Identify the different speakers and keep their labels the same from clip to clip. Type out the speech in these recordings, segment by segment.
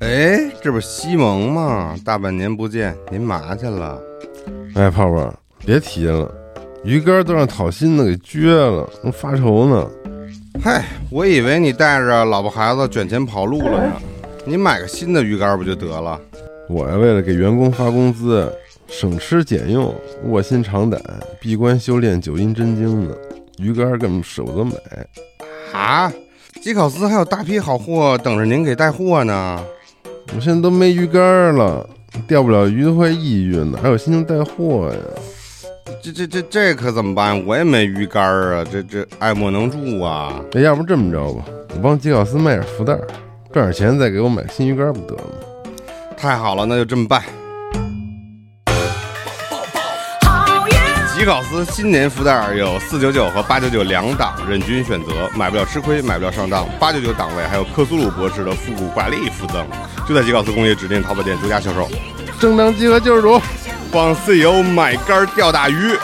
Speaker 1: 哎这不是西蒙吗？大半年不见，您嘛去了？
Speaker 2: 哎，泡泡，别提了，鱼竿都让讨薪的给撅了，正发愁呢。
Speaker 1: 嗨，我以为你带着老婆孩子卷钱跑路了呢。你买个新的鱼竿不就得了？
Speaker 2: 我呀，为了给员工发工资，省吃俭用，卧薪尝胆，闭关修炼九阴真经呢。鱼竿根本舍不得买。
Speaker 1: 啊，吉考斯还有大批好货等着您给带货呢。
Speaker 2: 我现在都没鱼竿了，钓不了鱼都快抑郁了，哪有心情带货呀？
Speaker 1: 这这这这可怎么办？我也没鱼竿啊，这这爱莫能助啊。
Speaker 2: 哎，要不这么着吧，我帮吉考斯卖点福袋，赚点钱再给我买新鱼竿不得了吗？
Speaker 1: 太好了，那就这么办。
Speaker 3: 好运
Speaker 1: 吉考斯新年福袋有四九九和八九九两档，任君选择，买不了吃亏，买不了上当。八九九档位还有克苏鲁博士的复古挂历附赠，就在吉考斯工业指定淘宝店独家销售。
Speaker 2: 正当集合救世主。
Speaker 1: 帮 CEO 买竿钓大鱼。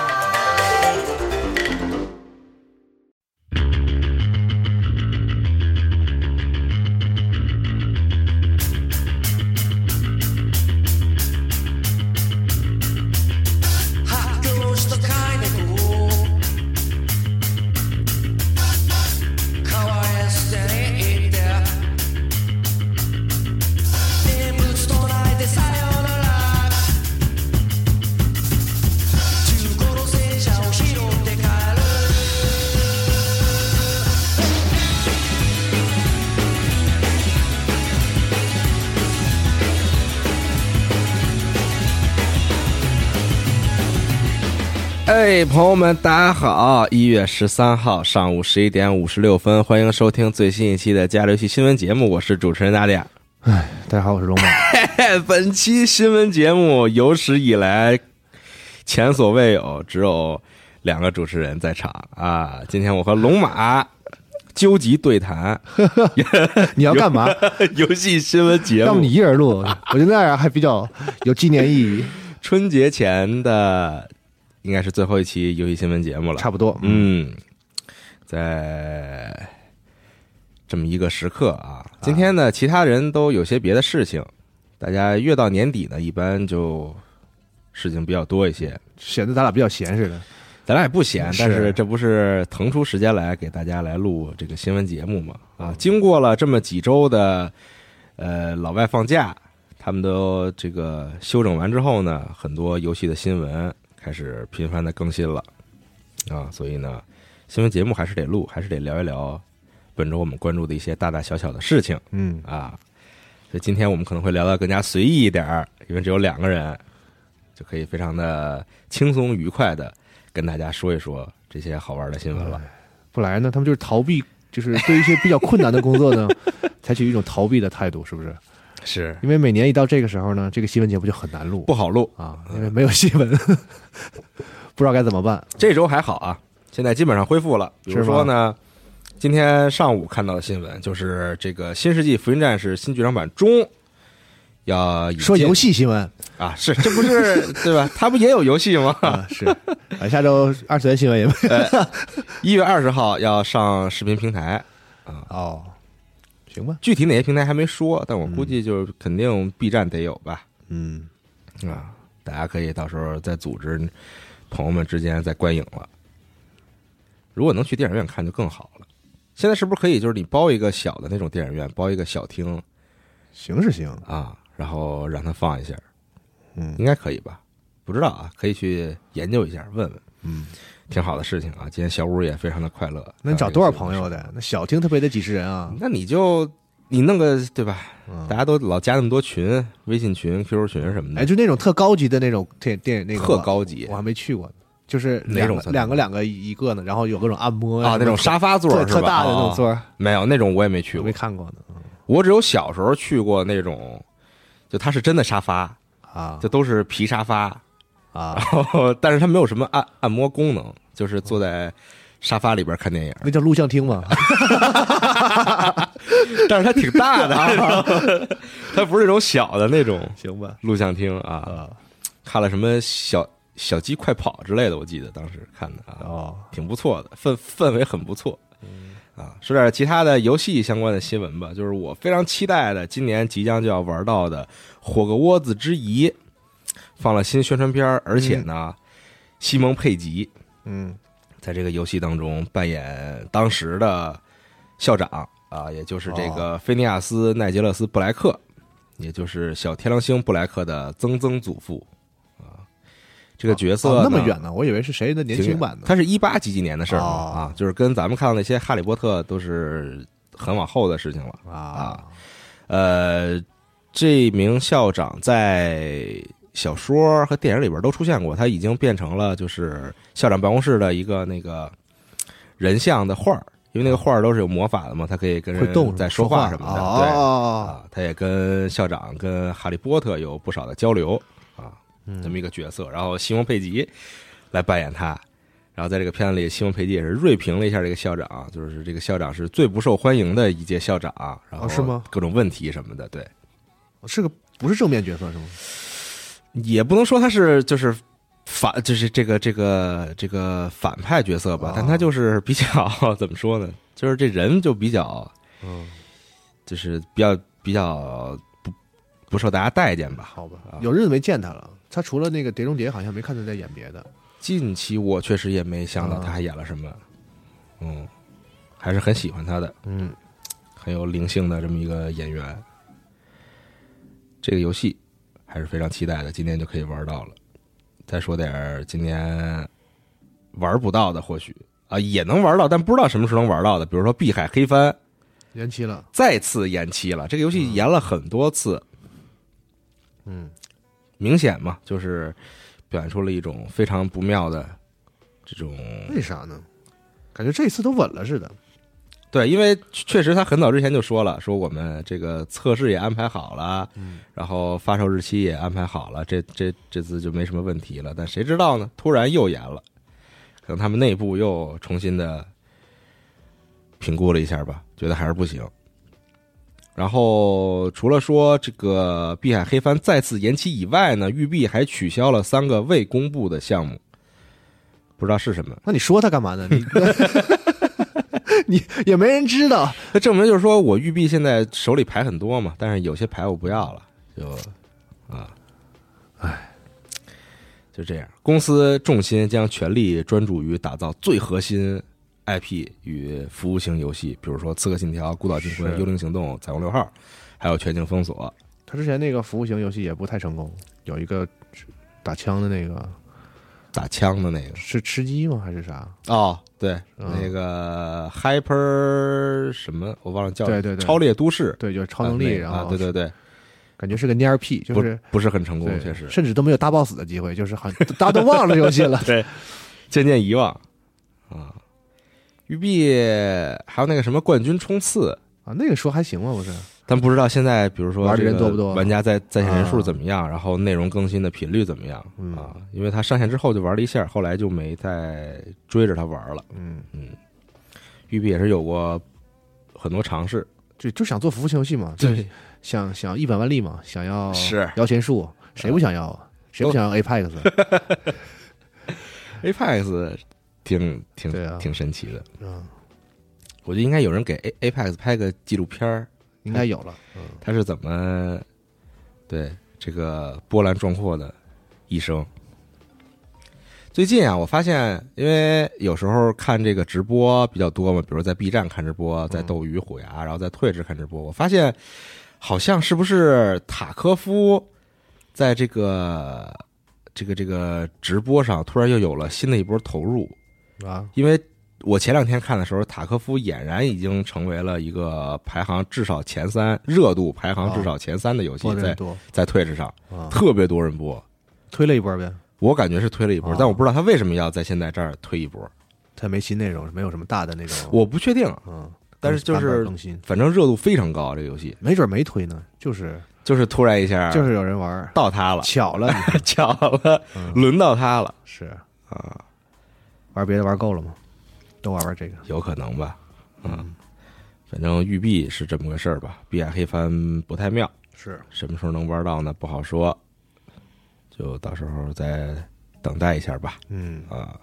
Speaker 4: goes the kind of fool. Color is steady in there. They move stone, I desire on a lot. To go to say, shall she don't take I love.
Speaker 5: 哎，朋友们，大家好！一月十三号上午十一点五十六分，欢迎收听最新一期的《加流系新闻节目》，我是主持人大亮。
Speaker 6: 大家好，我是龙马。
Speaker 5: 哎，本期新闻节目有史以来前所未有，只有两个主持人在场啊！今天我和龙马究极对谈
Speaker 6: 你要干嘛？
Speaker 5: 游戏新闻节 目，
Speaker 6: 要不你一人录？我觉得那样还比较有纪念意 义。
Speaker 5: 春节前的应该是最后一期游戏新闻节目了，
Speaker 6: 差不多，
Speaker 5: 嗯，在这么一个时刻啊，今天呢，其他人都有些别的事情，大家越到年底呢，一般就事情比较多一些。
Speaker 6: 显得咱俩比较闲似的。
Speaker 5: 咱俩也不闲，
Speaker 6: 是
Speaker 5: 但是这不是腾出时间来给大家来录这个新闻节目嘛？啊，经过了这么几周的呃老外放假，他们都这个休整完之后呢，很多游戏的新闻开始频繁的更新了啊，所以呢，新闻节目还是得录，还是得聊一聊本周我们关注的一些大大小小的事情
Speaker 6: 嗯，
Speaker 5: 啊。所以今天我们可能会聊得更加随意一点儿，因为只有两个人，就可以非常的轻松愉快的跟大家说一说这些好玩的新闻了。
Speaker 6: 哎不然呢，他们就是逃避，就是对一些比较困难的工作呢， 采取一种逃避的态度，是不是？
Speaker 5: 是
Speaker 6: 因为每年一到这个时候呢，这个新闻节目就很难录
Speaker 5: 不好录，
Speaker 6: 啊，因为没有新闻， 不知道该怎么办。
Speaker 5: 这周还好啊，现在基本上恢复了。比如说呢，今天上午看到的新闻就是这个《新世纪福音战士新剧场版中》要引进
Speaker 6: 说游戏新闻
Speaker 5: 啊，是 这不是对吧？它不也有游戏吗？
Speaker 6: 啊，是，啊，下周二次元新闻也没
Speaker 5: 一月二十号要上视频平台，
Speaker 6: 哦，行吧，
Speaker 5: 具体哪些平台还没说，但我估计就是肯定 B 站得有吧。
Speaker 6: 嗯，
Speaker 5: 啊，大家可以到时候再组织朋友们之间再观影了。如果能去电影院看就更好了。现在是不是可以就是你包一个小的那种电影院，包一个小厅
Speaker 6: 行是行，
Speaker 5: 啊，然后让它放一下，
Speaker 6: 嗯
Speaker 5: 应该可以吧？不知道啊，可以去研究一下，问问，
Speaker 6: 嗯，
Speaker 5: 挺好的事情啊。今天小五也非常的快乐。
Speaker 6: 那你找多少朋
Speaker 5: 啊
Speaker 6: 友的？那小厅特别得几十人啊，
Speaker 5: 那你就你弄个对吧？
Speaker 6: 嗯
Speaker 5: 大家都老加那么多群，微信群、QQ 群什么的，
Speaker 6: 哎，就那种特高级的那种电电那个
Speaker 5: 特高级
Speaker 6: 我还没去过呢。就是
Speaker 5: 哪
Speaker 6: 两
Speaker 5: 种
Speaker 6: 个
Speaker 5: 算
Speaker 6: 两个两个一个呢，然后有各种按摩
Speaker 5: 啊，那种沙发座
Speaker 6: 对
Speaker 5: 是吧？
Speaker 6: 特大的那种座
Speaker 5: 哦
Speaker 6: 儿，
Speaker 5: 没有那种我也没去
Speaker 6: 我
Speaker 5: 过
Speaker 6: 没，看过呢
Speaker 5: 我只有小时候去过那种，就它是真的沙发，
Speaker 6: 啊
Speaker 5: 就都是皮沙发，
Speaker 6: 啊，，
Speaker 5: 但是它没有什么按按摩功能，就是坐在沙发里边看电影
Speaker 6: 那叫录像厅 嘛，
Speaker 5: 但是它挺 大的，你知道吗它不是那种小的那种
Speaker 6: 行吧
Speaker 5: 录像厅啊，
Speaker 6: 啊
Speaker 5: 看了什么小小鸡快跑之类的，我记得当时看的啊，
Speaker 6: 哦，嗯
Speaker 5: 挺不错的，氛氛围很不错。啊，说点其他的游戏相关的新闻吧，就是我非常期待的，今年即将就要玩到的《火个窝子之遗》，放了新宣传片儿，而且呢，西蒙佩吉
Speaker 6: 嗯，
Speaker 5: 在这个游戏当中扮演当时的校长啊，也就是这个
Speaker 6: 哦
Speaker 5: 菲尼亚斯·奈杰勒斯·布莱克，也就是小天狼星布莱克的曾曾祖父啊，这个角色、
Speaker 6: 哦那么远呢？我以为是谁的年轻版呢？
Speaker 5: 它是一八几几年的事儿嘛、
Speaker 6: 哦
Speaker 5: 啊，就是跟咱们看到那些《哈利波特》都是很往后的事情了。
Speaker 6: 啊，
Speaker 5: 呃，这名校长在小说和电影里边都出现过，他已经变成了就是校长办公室的一个那个人像的画儿，因为那个画儿都是有魔法的嘛，他可以跟
Speaker 6: 会动
Speaker 5: 人
Speaker 6: 在
Speaker 5: 在说话什么的，对
Speaker 6: 哦，
Speaker 5: 啊，他也跟校长、跟哈利波特有不少的交流啊，
Speaker 6: 嗯
Speaker 5: 这么一个角色。然后西蒙佩吉来扮演他，然后在这个片子里，西蒙佩吉也是锐评了一下这个校长，就是这个校长是最不受欢迎的一届校长，然后
Speaker 6: 哦是吗
Speaker 5: 各种问题什么的，对，
Speaker 6: 啊是个不是正面角色是吗？
Speaker 5: 也不能说他是就是。反 就是这个这个这个反派角色吧
Speaker 6: 啊，
Speaker 5: 但他就是比较 怎么说呢？就是这人就比较，
Speaker 6: 嗯，
Speaker 5: 就是比较比较不不受大家待见吧。
Speaker 6: 好吧
Speaker 5: 啊，
Speaker 6: 有日子没见他了。他除了那个《碟中谍》，好像没看他在演别的。
Speaker 5: 近期我确实也没想到他还演了什么，嗯，还是很喜欢他的，
Speaker 6: 嗯，
Speaker 5: 很有灵性的这么一个演员。这个游戏还是非常期待的，今年就可以玩到了。再说点儿今年玩不到的，或许啊也能玩到，但不知道什么时候能玩到的，比如说《碧海黑帆》
Speaker 6: 延期了。
Speaker 5: 再次延期了，这个游戏延了很多次，
Speaker 6: 嗯，
Speaker 5: 明显嘛，就是表现出了一种非常不妙的这种
Speaker 6: 为啥呢？感觉这一次都稳了似的。
Speaker 5: 对，因为确实他很早之前就说了，说我们这个测试也安排好了，然后发售日期也安排好了，这这这次就没什么问题了。但谁知道呢？突然又延了，可能他们内部又重新的评估了一下吧，觉得还是不行。然后除了说这个碧海黑帆再次延期以外呢，育碧还取消了三个未公布的项目，不知道是什么。
Speaker 6: 那你说他干嘛呢？ 你 你也没人知道。
Speaker 5: 那证明就是说我玉璧现在手里牌很多嘛，但是有些牌我不要了，就啊，唉，就这样。公司重心将全力专注于打造最核心 IP 与服务型游戏，比如说《刺客信条》《孤岛惊魂》《
Speaker 6: 是
Speaker 5: 幽灵行动》《彩虹六号》，还有《全境封锁》。
Speaker 6: 他之前那个服务型游戏也不太成功，有一个打枪的那个
Speaker 5: 打枪的那个
Speaker 6: 是吃鸡吗？还是啥？
Speaker 5: 哦，对，
Speaker 6: 嗯
Speaker 5: 那个 Hyper 什么我忘了叫，
Speaker 6: 对对对
Speaker 5: 超猎都市，
Speaker 6: 对，就是超能力，
Speaker 5: 啊那个
Speaker 6: 然
Speaker 5: 啊
Speaker 6: 后
Speaker 5: 对对对，
Speaker 6: 感觉是个 NRP，就
Speaker 5: 不
Speaker 6: 是
Speaker 5: 不是很成功
Speaker 6: 对，，
Speaker 5: 确实
Speaker 6: 甚至都没有大 boss 的机会，就是好像大家都忘了这游戏 了。
Speaker 5: 对，渐渐遗忘啊。育碧还有那个什么冠军冲刺，
Speaker 6: 啊，那个说还行吧，不是？
Speaker 5: 但不知道现在比如说
Speaker 6: 玩的
Speaker 5: 这个
Speaker 6: 人多不多啊
Speaker 5: 玩家在在线人数怎么样，然后内容更新的频率怎么样、
Speaker 6: 嗯
Speaker 5: 啊？因为它上线之后就玩了一下，后来就没再追着它玩了。
Speaker 6: 嗯，
Speaker 5: 育碧也是有过很多尝试，
Speaker 6: 就就想做服务型游戏嘛，就是，想想一百万利嘛，想要
Speaker 5: 是
Speaker 6: 摇钱树，谁不想要啊？谁不想要 Apex？ 啊
Speaker 5: Apex 挺挺、
Speaker 6: 对啊
Speaker 5: 挺神奇的，
Speaker 6: 嗯，
Speaker 5: 我觉得应该有人给 A Apex 拍个纪录片儿，
Speaker 6: 应该有 了。嗯，
Speaker 5: 他是怎么对这个波澜壮阔的一生。最近啊，我发现，因为有时候看这个直播比较多嘛，比如在 B 站看直播，在斗鱼、虎牙，然后在 Twitch 看直播，我发现好像是不是塔科夫在这个这个这个直播上突然又有了新的一波投入，
Speaker 6: 啊，
Speaker 5: 因为我前两天看的时候，塔科夫俨然已经成为了一个排行至少前三、热度排行至少前三的游戏
Speaker 6: 播，的人
Speaker 5: 在
Speaker 6: 多
Speaker 5: 在 Twitch 上
Speaker 6: 啊，
Speaker 5: 特别多人播。
Speaker 6: 推了一波呗，
Speaker 5: 我感觉是推了一波
Speaker 6: 哦，
Speaker 5: 但我不知道他为什么要在现在这儿推一波，
Speaker 6: 它没新内容，没有什么大的那种。
Speaker 5: 我不确定。
Speaker 6: 嗯，
Speaker 5: 但是就
Speaker 6: 版本
Speaker 5: 是
Speaker 6: 更新，
Speaker 5: 反正热度非常高，这个游戏
Speaker 6: 没准没推呢，就是
Speaker 5: 就是突然一下
Speaker 6: 就是有人玩儿，
Speaker 5: 到他了，
Speaker 6: 巧了， 嗯
Speaker 5: 巧了，轮到他了，
Speaker 6: 是啊，玩别的玩够了吗？都玩玩这个，
Speaker 5: 有可能吧？嗯，反正育碧是这么个事儿吧，碧海黑帆不太妙。
Speaker 6: 是
Speaker 5: 什么时候能玩到呢？不好说，就到时候再等待一下吧。
Speaker 6: 嗯
Speaker 5: 啊，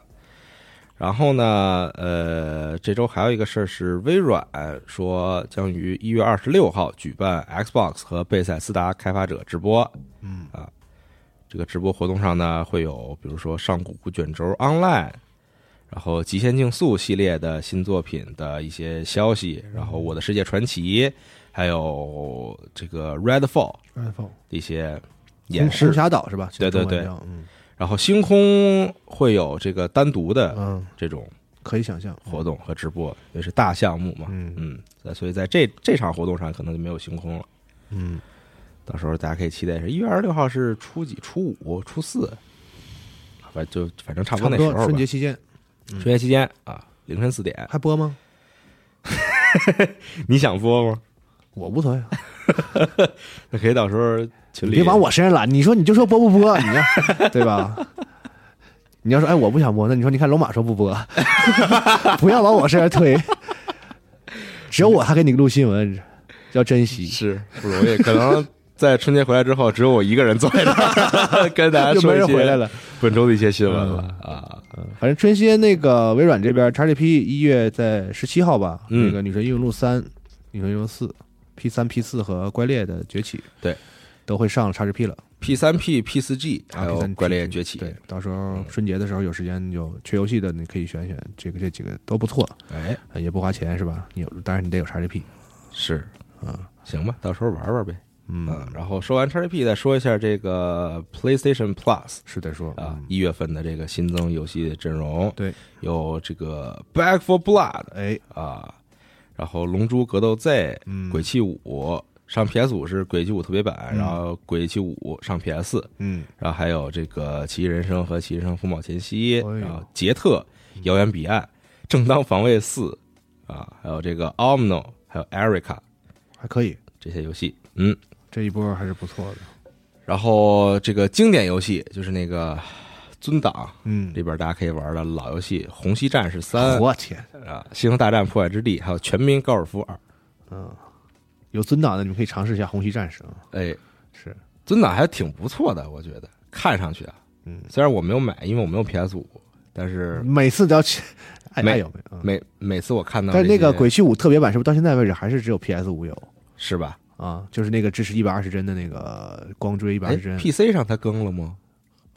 Speaker 5: 然后呢，呃，这周还有一个事儿是微软说将于一月二十六号举办 Xbox 和贝塞斯达开发者直播。嗯啊，这个直播活动上呢，会有比如说《上古卷轴 Online》，然后《极限竞速》系列的新作品的一些消息，然后《我的世界传奇》，还有这个《Redfall》
Speaker 6: iPhone
Speaker 5: 的一些演
Speaker 6: 红
Speaker 5: 示
Speaker 6: 红。峡岛嗯是吧？
Speaker 5: 对对对
Speaker 6: 中文叫嗯
Speaker 5: 然后星空会有这个单独的
Speaker 6: 嗯，
Speaker 5: 这种
Speaker 6: 可以想象，
Speaker 5: 活动和直播，也是大项目嘛。
Speaker 6: 嗯
Speaker 5: 嗯，那所以在这这场活动上可能就没有星空了。
Speaker 6: 嗯，
Speaker 5: 到时候大家可以期待是一月二十六号是初几？初五、初四，反正就反正差不
Speaker 6: 差不
Speaker 5: 多那
Speaker 6: 多
Speaker 5: 时候吧。
Speaker 6: 春节期间
Speaker 5: 春节期间啊，凌晨四点，
Speaker 6: 还播吗？
Speaker 5: 你想播吗？
Speaker 6: 我无所 谓啊，
Speaker 5: 那可以到时候
Speaker 6: 你
Speaker 5: 群里
Speaker 6: 别往我身上揽。你说你就说播不播，你看 对吧？你要说哎我不想播，那你说你看龙马说不播， 不要往我身上推，只有我还给你录新闻，要珍惜。
Speaker 5: 是不容易，可能在春节回来之后，只有我一个人坐在那儿 跟大家
Speaker 6: 又
Speaker 5: 说
Speaker 6: 没
Speaker 5: 一
Speaker 6: 人回来
Speaker 5: 些
Speaker 6: 了，嗯
Speaker 5: 本周的一些新闻了啊。
Speaker 6: 反正春节那个微软这边 XGP 一月在十七号吧，
Speaker 5: 嗯
Speaker 6: 那个《女神异闻录三》《女神异闻录四》P 三、P 四和《怪猎的崛起》
Speaker 5: 对
Speaker 6: 都会上 XGP 了。
Speaker 5: P 三 P、P 四 G 还有
Speaker 6: P3P
Speaker 5: 《怪猎崛起》嗯
Speaker 6: 对，到时候春节的时候有时间有缺游戏的，你可以选选这个这几个都不错，
Speaker 5: 哎，
Speaker 6: 呃也不花钱是吧？你有，当然你得有 XGP。
Speaker 5: 是
Speaker 6: 啊，
Speaker 5: 行吧，到时候玩玩呗。
Speaker 6: 嗯
Speaker 5: 嗯，，然后说完 XGP 再说一下这个 PlayStation Plus
Speaker 6: 是得说
Speaker 5: 啊，
Speaker 6: 嗯
Speaker 5: 一月份的这个新增游戏阵容，
Speaker 6: 对，
Speaker 5: 有这个 Back for Blood
Speaker 6: 哎，
Speaker 5: 啊，然后龙珠格斗 Z、
Speaker 6: 嗯
Speaker 5: 鬼泣五上 PS 五是鬼泣五特别版，
Speaker 6: 嗯
Speaker 5: 然后鬼泣五上 PS，
Speaker 6: 嗯，
Speaker 5: 然后还有这个奇异人生和奇异人生风暴前夕，
Speaker 6: 哎呦
Speaker 5: 然后杰特遥远彼岸，正当防卫四啊，还有这个 Omno，还有 Erica
Speaker 6: 还可以，
Speaker 5: 这些游戏，嗯。
Speaker 6: 这一波还是不错的。
Speaker 5: 然后这个经典游戏就是那个尊档
Speaker 6: 嗯，
Speaker 5: 里边大家可以玩的老游戏《红溪战士三》
Speaker 6: 哎我天，
Speaker 5: 啊，《星球大战：破坏之地》，还有《全民高尔夫二》。
Speaker 6: 嗯，有尊档的你们可以尝试一下《红旗战士》啊，
Speaker 5: 哎，
Speaker 6: 是，
Speaker 5: 尊档还挺不错的，我觉得看上去啊，
Speaker 6: 嗯。
Speaker 5: 虽然我没有买，因为我没有 PS 五，但是
Speaker 6: 每次都要去，爱
Speaker 5: 没
Speaker 6: 爱有没有？嗯
Speaker 5: 每每次我看到
Speaker 6: 但是那个
Speaker 5: 这
Speaker 6: 《
Speaker 5: 些
Speaker 6: 鬼泣五》特别版是不是到现在为止还是只有 PS 五有
Speaker 5: 是吧？
Speaker 6: 啊？就是那个支持一百二十帧的那个光追一百二
Speaker 5: 哎
Speaker 6: 十帧，
Speaker 5: ，PC 上它更了吗？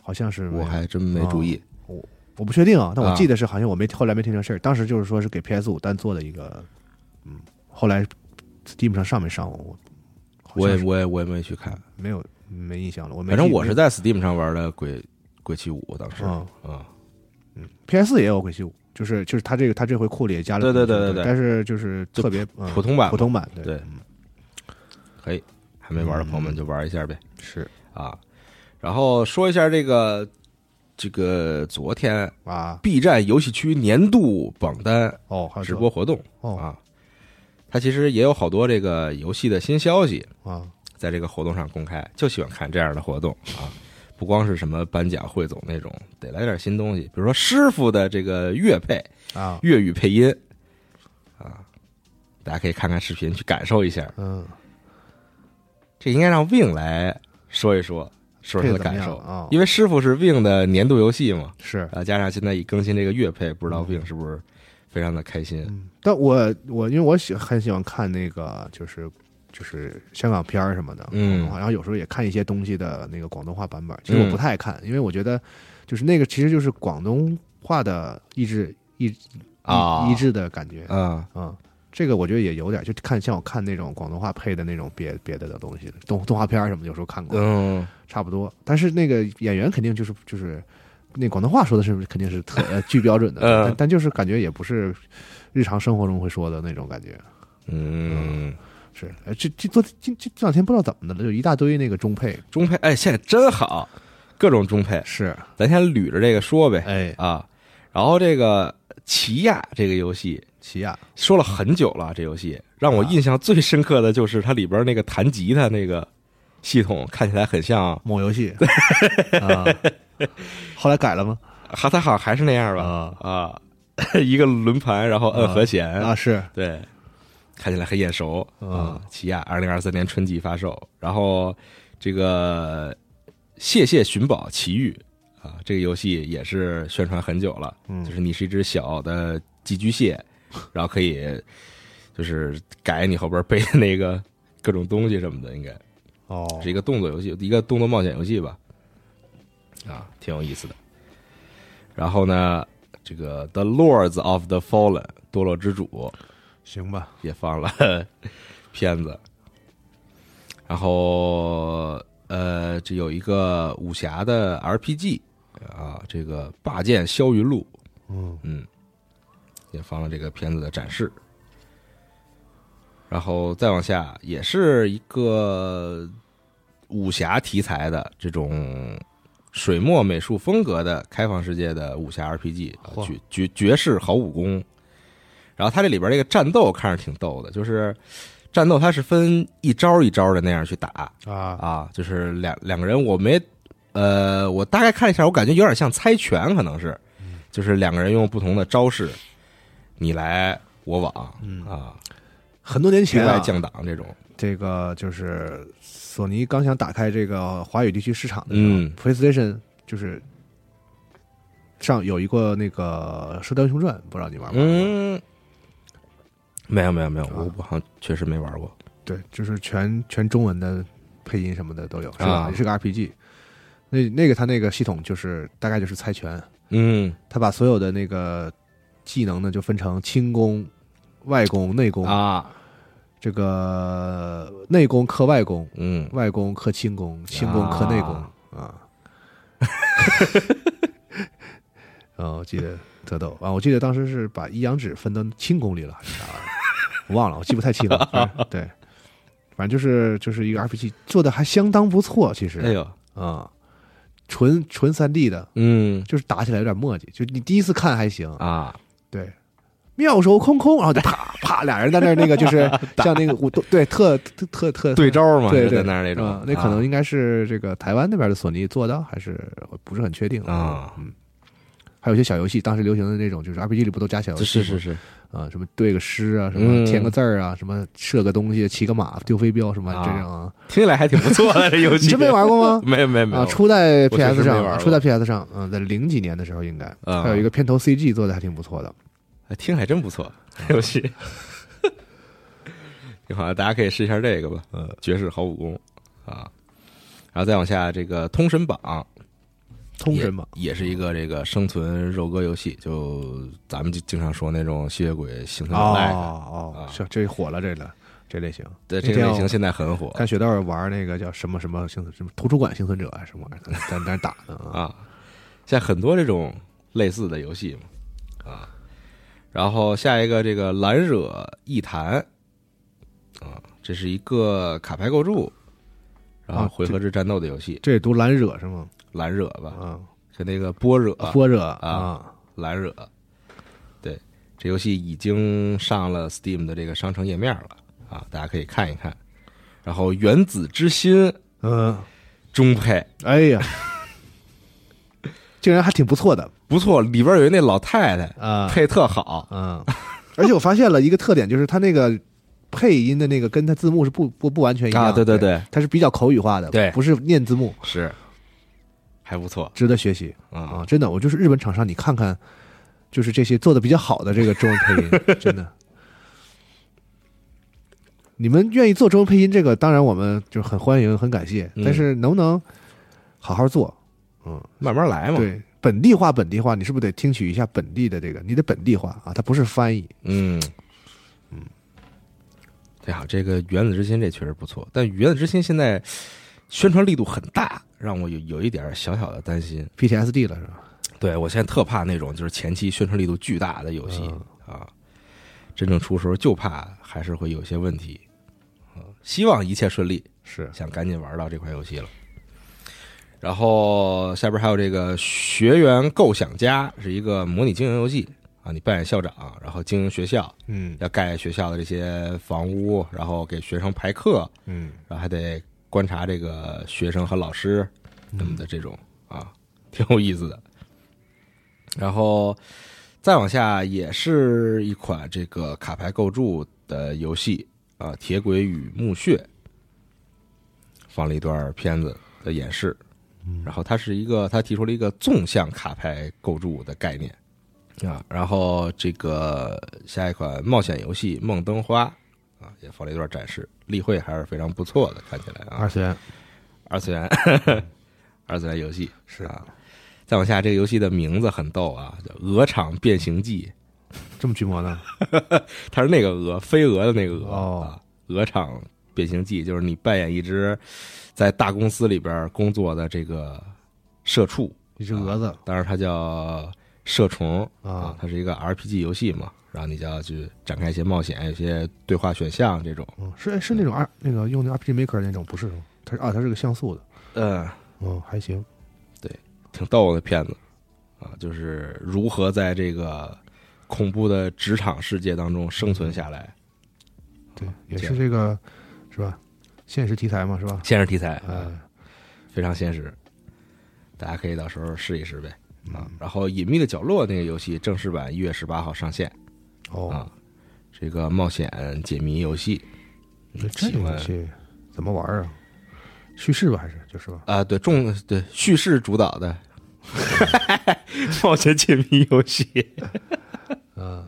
Speaker 6: 好像是没哦有
Speaker 5: 我还真没注意。
Speaker 6: 我不确定啊，但我
Speaker 5: 啊
Speaker 6: 记得是好像我没后来没听成事儿，当时就是说是给 PS 五单做的一个，嗯，后来 Steam 上上没上过，我好
Speaker 5: 我
Speaker 6: 像
Speaker 5: 也
Speaker 6: 是
Speaker 5: 我也我也没去看，
Speaker 6: 没有没印象了，我没
Speaker 5: 反正
Speaker 6: 记
Speaker 5: 我是在 Steam 上玩的《鬼鬼泣五》，当时
Speaker 6: 啊
Speaker 5: 啊，
Speaker 6: PS 也有《鬼泣五》。就是就是他这个他这回库里也加了
Speaker 5: 对
Speaker 6: 很
Speaker 5: 对
Speaker 6: 多，
Speaker 5: 对对对
Speaker 6: 但是就是
Speaker 5: 就
Speaker 6: 特别嗯
Speaker 5: 普通版嘛
Speaker 6: 普通版对嗯
Speaker 5: 对可以，还没玩的朋友们就玩一下呗。
Speaker 6: 是
Speaker 5: 啊，然后说一下这个这个昨天
Speaker 6: 啊
Speaker 5: B 站游戏区年度榜单
Speaker 6: 哦还有
Speaker 5: 直播活动
Speaker 6: 哦
Speaker 5: 啊，它其实也有好多这个游戏的新消息
Speaker 6: 啊
Speaker 5: 在这个活动上公开，就喜欢看这样的活动啊。不光是什么颁奖汇总那种，得来点新东西，比如说师傅的这个乐配
Speaker 6: 啊
Speaker 5: 粤语配音啊，大家可以看看视频去感受一下。
Speaker 6: 嗯
Speaker 5: 这应该让 Win 来说一说，说一说他的感
Speaker 6: 这
Speaker 5: 受
Speaker 6: 个怎么样啊
Speaker 5: 因为师傅是 Win 的年度游戏嘛，
Speaker 6: 是
Speaker 5: 然后加上现在一更新这个乐配，不
Speaker 6: 嗯
Speaker 5: 知道 Win 是不是非常的开心？
Speaker 6: 但我我因为我喜很喜欢看那个就是就是香港片儿什么的，
Speaker 5: 嗯
Speaker 6: 然后有时候也看一些东西的那个广东话版本。其实
Speaker 5: 嗯
Speaker 6: 我不太爱看，因为我觉得就是那个其实就是广东话的意志意
Speaker 5: 啊
Speaker 6: 意志的感觉啊、
Speaker 5: 啊，
Speaker 6: 嗯这个我觉得也有点，就看像我看那种广东话配的那种别别的的东西，动动画片儿什么的，有时候看过，
Speaker 5: 嗯，
Speaker 6: 差不多。但是那个演员肯定就是就是。那广东话说的是肯定是特呃巨标准的，
Speaker 5: 嗯
Speaker 6: 但但就是感觉也不是日常生活中会说的那种感觉。
Speaker 5: 嗯，
Speaker 6: 是，呃这这昨今这这两天不知道怎么的了，有一大堆那个中配。
Speaker 5: 中配，哎，现在真好，各种中配，
Speaker 6: 是，
Speaker 5: 咱先捋着这个说呗
Speaker 6: 哎，
Speaker 5: 啊。然后这个奇亚这个游戏
Speaker 6: 奇亚
Speaker 5: 说了很久了，这游戏让
Speaker 6: 啊
Speaker 5: 我印象最深刻的就是它里边那个弹吉他那个系统，看起来很像
Speaker 6: 某游戏 啊，后来改了吗？
Speaker 5: 哈，它好像还是那样吧？啊， 一个轮盘，然后摁呃和弦
Speaker 6: 啊，，是，
Speaker 5: 对，看起来很眼熟啊
Speaker 6: 啊。
Speaker 5: 起亚二零二三年春季发售，然后这个《谢谢寻宝奇遇》啊，这个游戏也是宣传很久了，就是你是一只小的寄居蟹，然后可以就是改你后边背的那个各种东西什么的，应该
Speaker 6: 哦，
Speaker 5: 是一个动作游戏，一个动作冒险游戏吧，啊，挺有意思的。然后呢，这个《The Lords of the Fallen》堕落之主
Speaker 6: 行吧，
Speaker 5: 也放了片子，然后呃，这有一个武侠的 RPG 啊，这个《霸剑霄云录》，嗯也放了这个片子的展示。然后再往下，也是一个武侠题材的这种水墨美术风格的开放世界的武侠 RPG，啊
Speaker 6: 嚯
Speaker 5: 绝绝绝世好武功。然后它这里边这个战斗看着挺逗的，就是战斗它是分一招一招的那样去打
Speaker 6: 啊，
Speaker 5: 啊，就是两两个人我没呃，我大概看了一下，我感觉有点像猜拳，可能是就是两个人用不同的招式，你来我往啊，
Speaker 6: 很多年
Speaker 5: 对
Speaker 6: 前
Speaker 5: 外
Speaker 6: 啊，
Speaker 5: 降档这种，
Speaker 6: 这个就是索尼刚想打开这个华语地区市场的时候、
Speaker 5: 嗯
Speaker 6: p l a y s t a t i o n 就是上有一个那个《射雕英雄传》，不知道你玩没玩过？
Speaker 5: 嗯，没有没有没有，我我好像确实没玩过，
Speaker 6: 对，就是全全中文的配音什么的都有，是吧？
Speaker 5: 啊
Speaker 6: 也是个 RPG。那那个他那个系统就是大概就是猜拳，
Speaker 5: 嗯
Speaker 6: 他把所有的那个技能呢就分成轻功、外功、内功，
Speaker 5: 啊，
Speaker 6: 这个内功克外功，
Speaker 5: 嗯，
Speaker 6: 外功克轻功，轻功克内功啊。 啊，我记得特逗啊！我记得当时是把一阳指分到轻功里了，还是啥玩意儿？ 我忘了，我记不太清了。反 正对，反正就是就是一个 RPG 做的还相当不错，其实
Speaker 5: 哎呦，
Speaker 6: 啊，纯纯三 D 的，
Speaker 5: 嗯
Speaker 6: 就是打起来有点墨迹，就你第一次看还行，
Speaker 5: 啊，
Speaker 6: 对，妙手空空，然后就啪啪，俩人在那儿那个就是 像那个武斗，对，特特特特
Speaker 5: 对招嘛，
Speaker 6: 对
Speaker 5: 就
Speaker 6: 对
Speaker 5: 在那儿那种
Speaker 6: 嗯，那可
Speaker 5: 啊
Speaker 6: 能应该是这个台湾那边的索尼做的，还是我不是很确定
Speaker 5: 啊
Speaker 6: 嗯，还有一些小游戏，当时流行的那种，就是 RPG 里不都加小游戏
Speaker 5: 是
Speaker 6: 吗？
Speaker 5: 是是是，
Speaker 6: 啊，什么对个诗啊，什
Speaker 5: 嗯
Speaker 6: 么填个字儿啊，什么射个东西，骑个马，丢飞镖什么
Speaker 5: 啊
Speaker 6: 这种啊，
Speaker 5: 听起来还挺不错的这游戏。
Speaker 6: 你真没玩过吗？
Speaker 5: 没有没有 没有
Speaker 6: 啊，初代
Speaker 5: 我确实
Speaker 6: PS
Speaker 5: 没玩
Speaker 6: 上，啊
Speaker 5: 过
Speaker 6: 初代 PS 上，嗯，在零几年的时候应该，
Speaker 5: 啊
Speaker 6: 还有一个片头 CG 做的还挺不错的，
Speaker 5: 哎听还真不 错，这游戏。挺好，大家可以试一下这个吧，嗯，绝世好武功啊，然后再往下这个《通神榜》，
Speaker 6: 通神嘛，
Speaker 5: 也也是一个这个生存肉鸽游戏，就咱们就经常说那种吸血鬼幸存者赖的，
Speaker 6: 哦
Speaker 5: 嗯啊
Speaker 6: 哦，是这火了，这个这类型。
Speaker 5: 对
Speaker 6: 那
Speaker 5: 这个
Speaker 6: 天
Speaker 5: 类型
Speaker 6: 我
Speaker 5: 现在很火
Speaker 6: 看雪道儿玩那个叫什么什么幸存什么图书馆幸存者啊什么玩意儿，在在那儿打呢啊。
Speaker 5: 啊，现在很多这种类似的游戏嘛，啊，然后下一个这个《蓝惹一谈》，啊，这是一个卡牌构筑，然后
Speaker 6: 啊
Speaker 5: 回合制战斗的游戏，
Speaker 6: 这也读蓝惹是吗？
Speaker 5: 蓝惹吧，
Speaker 6: 啊，
Speaker 5: 跟那个般若、
Speaker 6: 波惹
Speaker 5: 啊，蓝惹，对，这游戏已经上了 Steam 的这个商城页面了啊，大家可以看一看。然后《原子之心》
Speaker 6: 嗯，
Speaker 5: 中配
Speaker 6: 哎呀，竟然还挺不错的
Speaker 5: 不错，里边有一那老太太
Speaker 6: 啊，
Speaker 5: 配特好，
Speaker 6: 嗯，而且我发现了一个特点，就是他那个配音的那个跟他字幕是不不不完全一样
Speaker 5: 啊
Speaker 6: 的，
Speaker 5: 对对
Speaker 6: 对
Speaker 5: 对，
Speaker 6: 它是比较口语化的，
Speaker 5: 对
Speaker 6: 不是念字幕，
Speaker 5: 是还不错
Speaker 6: 值得学习
Speaker 5: 啊
Speaker 6: 啊，真的，我就是日本厂商，你看看，就是这些做的比较好的这个中文 配音，真的。你们愿意做中文配音这个，当然我们就很欢迎，很感谢。
Speaker 5: 嗯
Speaker 6: 但是能不能好好做？
Speaker 5: 慢慢来嘛。，
Speaker 6: 对，本地化，本地化，你是不是得听取一下本地的这个？你得本地化啊，它不是翻译。
Speaker 5: 嗯嗯，对啊，这个《原子之心》这确实不错，但《原子之心》现在宣传力度很大，让我有有一点小小的担心。
Speaker 6: PTSD 了是吧？
Speaker 5: 对我现在特怕那种就是前期宣传力度巨大的游戏、啊，真正出时候就怕还是会有些问题。啊希望一切顺利，
Speaker 6: 是
Speaker 5: 想赶紧玩到这款游戏了。然后下边还有这个《学员构想家》，是一个模拟经营游戏啊，你扮演校长，然后经营学校，
Speaker 6: 嗯
Speaker 5: 要盖学校的这些房屋，然后给学生排课，
Speaker 6: 嗯，
Speaker 5: 然后还得观察这个学生和老师什么的这种、啊， 挺有意思的。然后再往下也是一款这个卡牌构筑的游戏啊，《铁轨与墓穴》放了一段片子的演示然后它是一个，它提出了一个纵向卡牌构筑的概念啊。然后这个下一款冒险游戏《梦灯花》啊，也放了一段展示，例会还是非常不错的，看起来啊
Speaker 6: 二，次元
Speaker 5: 二次元，二次元游戏是啊。再往下，这个游戏的名字很逗啊，叫《鹅厂变形记》。
Speaker 6: 这么巨魔呢？
Speaker 5: 它是那个鹅，飞蛾的那个鹅、
Speaker 6: 哦
Speaker 5: 啊，鹅厂变形记，就是你扮演一只在大公司里边工作的这个社畜，
Speaker 6: 一只蛾子
Speaker 5: 当然它叫社虫
Speaker 6: 啊，
Speaker 5: 它是一个 RPG 游戏嘛，然后你就要去展开一些冒险，有些对话选项这种，
Speaker 6: 嗯，是哎是那种二那个用的 RPG Maker 那种，不是吗？它是啊，它是个像素的，
Speaker 5: 嗯，
Speaker 6: 嗯，还行。
Speaker 5: 挺逗的片子啊，就是如何在这个恐怖的职场世界当中生存下来，
Speaker 6: 对，也
Speaker 5: 啊这
Speaker 6: 是
Speaker 5: 样
Speaker 6: 这个，是吧？现实题材嘛，是吧？
Speaker 5: 现实题材，
Speaker 6: 嗯，
Speaker 5: 啊非常现实，大家可以到时候试一试呗。啊，然后《隐秘的角落》那个游戏正式版一月十八号上线
Speaker 6: 哦，
Speaker 5: 啊，这个冒险解谜游戏，
Speaker 6: 那这
Speaker 5: 喜
Speaker 6: 种
Speaker 5: 欢
Speaker 6: 游戏怎么玩啊？叙事吧，还是就是吧？
Speaker 5: 啊，对重对叙事主导的冒险解谜游戏。
Speaker 6: 嗯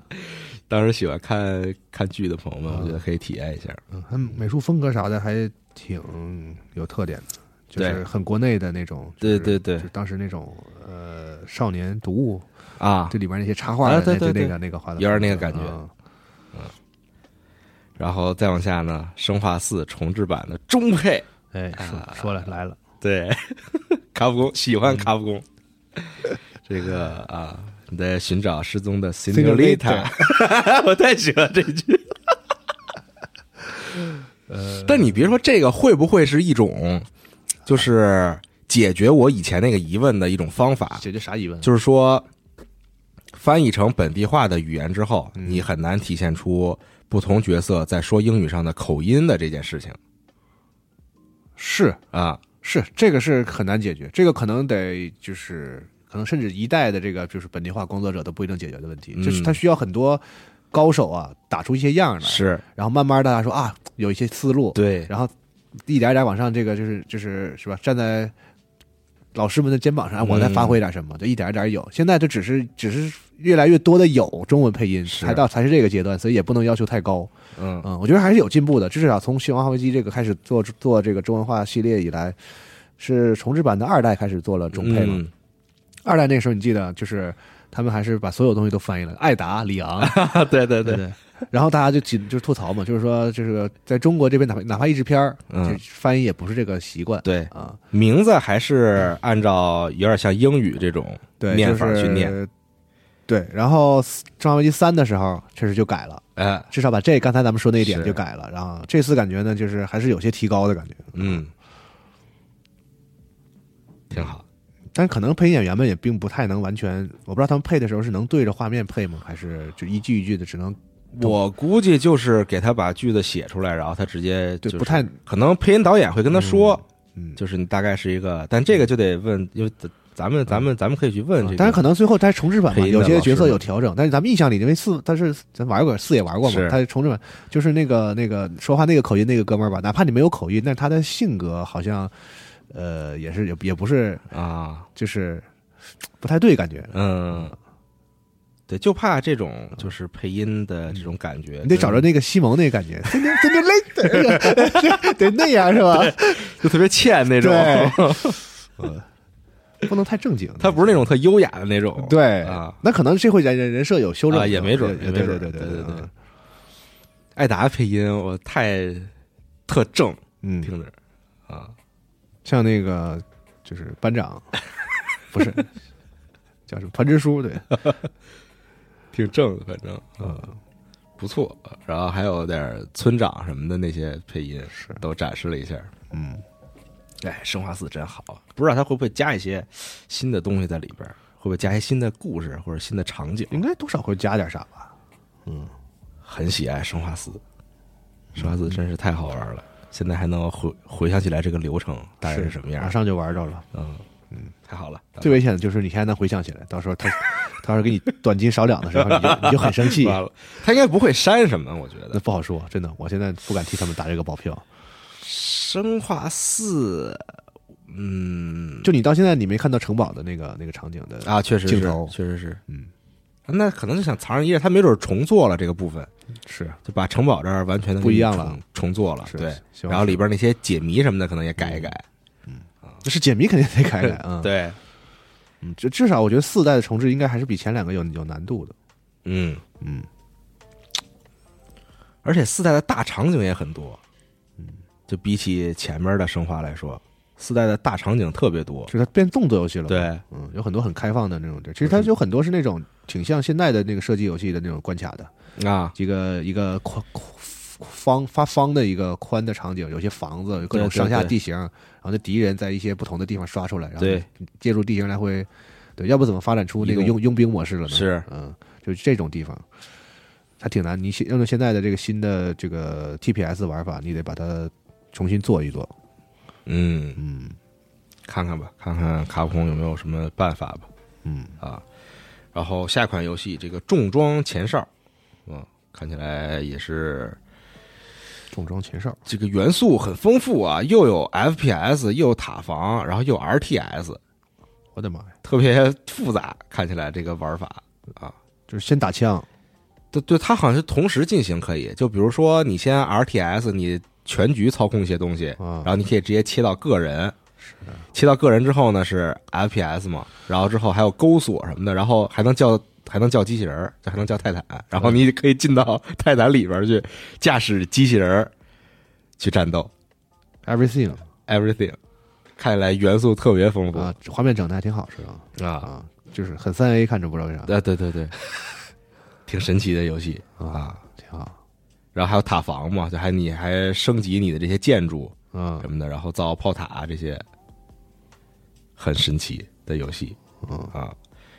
Speaker 5: 当时喜欢看看剧的朋友们，我觉得可以体验一下。
Speaker 6: 嗯，它美术风格啥的还挺有特点的，就
Speaker 5: 对
Speaker 6: 是很国内的那种，就
Speaker 5: 对
Speaker 6: 是
Speaker 5: 对对
Speaker 6: 就是当时那种呃少年读物，
Speaker 5: 啊，
Speaker 6: 这里面那些插画
Speaker 5: 啊
Speaker 6: 的，
Speaker 5: 对
Speaker 6: 那
Speaker 5: 对
Speaker 6: 那
Speaker 5: 对
Speaker 6: 个那个画的，
Speaker 5: 有点那个感觉
Speaker 6: 嗯
Speaker 5: 然后再往下呢，《生化四》重置版的中配，
Speaker 6: 哎，
Speaker 5: 啊
Speaker 6: 说说了来了，
Speaker 5: 对，卡普空喜欢卡普空，这个啊，你在寻找失踪的 Senorita，我 太喜欢这句。但你别说这个会不会是一种，就是解决我以前那个疑问的一种方法？
Speaker 6: 解决啥疑问？
Speaker 5: 啊
Speaker 6: 啊
Speaker 5: 就是说，翻译成本地化的语言之后，你很难体现出不同角色在说英语上的口音的这件事情
Speaker 6: 是
Speaker 5: 啊。
Speaker 6: 是，这个是很难解决，这个可能得就是可能甚至一代的这个就是本地化工作者都不一定解决的问题，
Speaker 5: 嗯
Speaker 6: 就是他需要很多高手啊打出一些样来，
Speaker 5: 是
Speaker 6: 然后慢慢大家说啊有一些思路，，
Speaker 5: 对，
Speaker 6: 然后一点一点往上，这个就是就是是吧？站在老师们的肩膀上，啊我再
Speaker 5: 嗯
Speaker 6: 发挥点什么，就一点一点有。现在这只是只是越来越多的有中文配音，
Speaker 5: 是
Speaker 6: 才到才是这个阶段，所以也不能要求太高。
Speaker 5: 嗯，
Speaker 6: 嗯，我觉得还是有进步的，至少从《新王号危机》这个开始做做这个中文化系列以来，是重置版的二代开始做了中配嘛。
Speaker 5: 嗯
Speaker 6: 二代那时候你记得就是他们还是把所有东西都翻译了，艾达、里 昂，
Speaker 5: 啊，对对对，
Speaker 6: 然后大家就紧就是吐槽嘛，就是说就是在中国这边哪怕哪怕译制片儿，
Speaker 5: 嗯
Speaker 6: 就是翻译也不是这个习惯。
Speaker 5: 对
Speaker 6: 啊，
Speaker 5: 名字还是按照有点像英语这种
Speaker 6: 对，
Speaker 5: 念法
Speaker 6: 就是
Speaker 5: 去念，
Speaker 6: 对，然后《生化危机三》的时候确实就改了，
Speaker 5: 哎，
Speaker 6: 至少把这刚才咱们说那一点
Speaker 5: 是
Speaker 6: 就改了。然后这次感觉呢，就是还是有些提高的感觉，
Speaker 5: 嗯，挺好。
Speaker 6: 但可能配音演员们也并不太能完全，我不知道他们配的时候是能对着画面配吗？还是就一句一句的只能
Speaker 5: 我估计就是给他把句子写出来，然后他直接
Speaker 6: 对
Speaker 5: 就是
Speaker 6: 不太
Speaker 5: 可能配音导演会跟他说，
Speaker 6: 嗯。
Speaker 5: 就是你大概是一个，但这个就得问，因为咱咱们咱们咱们可以去问这个，
Speaker 6: 当然，可能最后它重置版
Speaker 5: 配
Speaker 6: 嘛，
Speaker 5: 音的
Speaker 6: 有些角
Speaker 5: 老
Speaker 6: 色
Speaker 5: 师
Speaker 6: 有调整，但是咱们印象里，因为四，但是咱玩过四也玩过嘛
Speaker 5: 是，
Speaker 6: 它重置版就是那个那个说话那个口音那个哥们儿吧，哪怕你没有口音，但是他的性格好像，呃，也是也也不是
Speaker 5: 啊，
Speaker 6: 就是不太对，感觉
Speaker 5: 嗯，对，就怕这种就是配音的这种感觉，
Speaker 6: 嗯你得找着那个西蒙那个感觉， 真的真的累，得那样是吧？
Speaker 5: 就特别欠那种，
Speaker 6: 不能太正经，
Speaker 5: 他不是那种特优雅的那种，
Speaker 6: 对
Speaker 5: 啊，
Speaker 6: 那可能这回人人设有修
Speaker 5: 啊
Speaker 6: 正，
Speaker 5: 也没准儿
Speaker 6: 对
Speaker 5: 也没
Speaker 6: 对
Speaker 5: 准儿
Speaker 6: 对
Speaker 5: 对
Speaker 6: 对
Speaker 5: 对对，艾达配音我太特正，
Speaker 6: 嗯，
Speaker 5: 听着啊，
Speaker 6: 像那个就是班长， 不是叫什么团支书， 对，
Speaker 5: 挺正的，反正嗯不错。然后还有点儿村长什么的那些配音
Speaker 6: 是
Speaker 5: 都展示了一下。
Speaker 6: 嗯，
Speaker 5: 哎，生化四真好，不知道他会不会加一些新的东西在里边儿，会不会加一些新的故事或者新的场景？
Speaker 6: 应该多少会加点啥吧？
Speaker 5: 很喜爱生化四，生化四真是太好玩了。现在还能回回想起来这个流程大概是什么样
Speaker 6: 马，上就玩着了。
Speaker 5: 嗯嗯，太好了，
Speaker 6: 最危险的就是你现在能回想起来，到时候他到时候给你短斤少两的时候，你就你就很生气。
Speaker 5: 完了，他应该不会删什么，我觉
Speaker 6: 那
Speaker 5: 得。
Speaker 6: 不好说，真的，我现在不敢替他们打这个保票。
Speaker 5: 生化四，嗯
Speaker 6: 就你到现在你没看到城堡的那个那个场景的
Speaker 5: 啊，确实是
Speaker 6: 镜头，
Speaker 5: 确实是，
Speaker 6: 嗯，
Speaker 5: 那可能就想藏着掖着，他没准重做了这个部分，
Speaker 6: 是
Speaker 5: 就把城堡这儿完全的
Speaker 6: 不一样了，
Speaker 5: 重做了，
Speaker 6: 是
Speaker 5: 对
Speaker 6: 是，希望
Speaker 5: 然后
Speaker 6: 是
Speaker 5: 里边那些解谜什么的可能也改一嗯改，。
Speaker 6: 是解谜肯定得改改啊
Speaker 5: 对，
Speaker 6: 嗯，至至少我觉得四代的重置应该还是比前两个有有难度的。
Speaker 5: 嗯，
Speaker 6: 嗯，
Speaker 5: 而且四代的大场景也很多，嗯，就比起前面的生化来说，四代的大场景特别多
Speaker 6: 就，是它变动作游戏了。，
Speaker 5: 对，
Speaker 6: 嗯，有很多很开放的那种地儿，其实
Speaker 5: 嗯
Speaker 6: 它有很多是那种挺像现在的那个射击游戏的那种关卡的，
Speaker 5: 啊，
Speaker 6: 一个一个宽方发方的一个宽的场景，有些房子，有各
Speaker 5: 对
Speaker 6: 种
Speaker 5: 对
Speaker 6: 上下
Speaker 5: 对
Speaker 6: 地形，然后那敌人在一些不同的地方刷出来，然后
Speaker 5: 对
Speaker 6: 借助地形来回，对，要不怎么发展出那个
Speaker 5: 移动
Speaker 6: 佣佣兵模式了呢？
Speaker 5: 是
Speaker 6: 嗯，就是这种地方，它挺难。你现用现在的这个新的这个 TPS 玩法，你得把它重新做一做。
Speaker 5: 嗯，
Speaker 6: 嗯
Speaker 5: 看看吧，看看卡普空有没有什么办法吧。
Speaker 6: 嗯，
Speaker 5: 啊。然后下一款游戏这个重装前哨，嗯，看起来也是
Speaker 6: 重装前哨，
Speaker 5: 这个元素很丰富啊，又有 FPS，又有塔防，然后又有 RTS，
Speaker 6: 我的妈呀！
Speaker 5: 特别复杂，看起来这个玩法啊。
Speaker 6: 就是先打枪，
Speaker 5: 对对，它好像是同时进行可以，就比如说你先 RTS，你全局操控一些东西，
Speaker 6: 啊
Speaker 5: 然后你可以直接切到个人，切到个人之后呢是 FPS 嘛，然后之后还有钩锁什么的，然后还能叫还能叫机器人儿，还能叫泰坦，然后你可以进到 泰坦里边儿去驾驶机器人儿去战斗
Speaker 6: everything
Speaker 5: ，everything，看起来元素特别丰富
Speaker 6: 啊，画面整的还挺好，是吧？
Speaker 5: 啊
Speaker 6: 啊，就是很三 A，看着不知道为啥
Speaker 5: 对对对对，挺神奇的游戏，
Speaker 6: 啊，挺好。
Speaker 5: 然后还有塔防嘛，就还你还升级你的这些建筑。
Speaker 6: 嗯
Speaker 5: 什么的，然后造炮塔、啊这些很神奇的游戏
Speaker 6: 嗯
Speaker 5: 啊。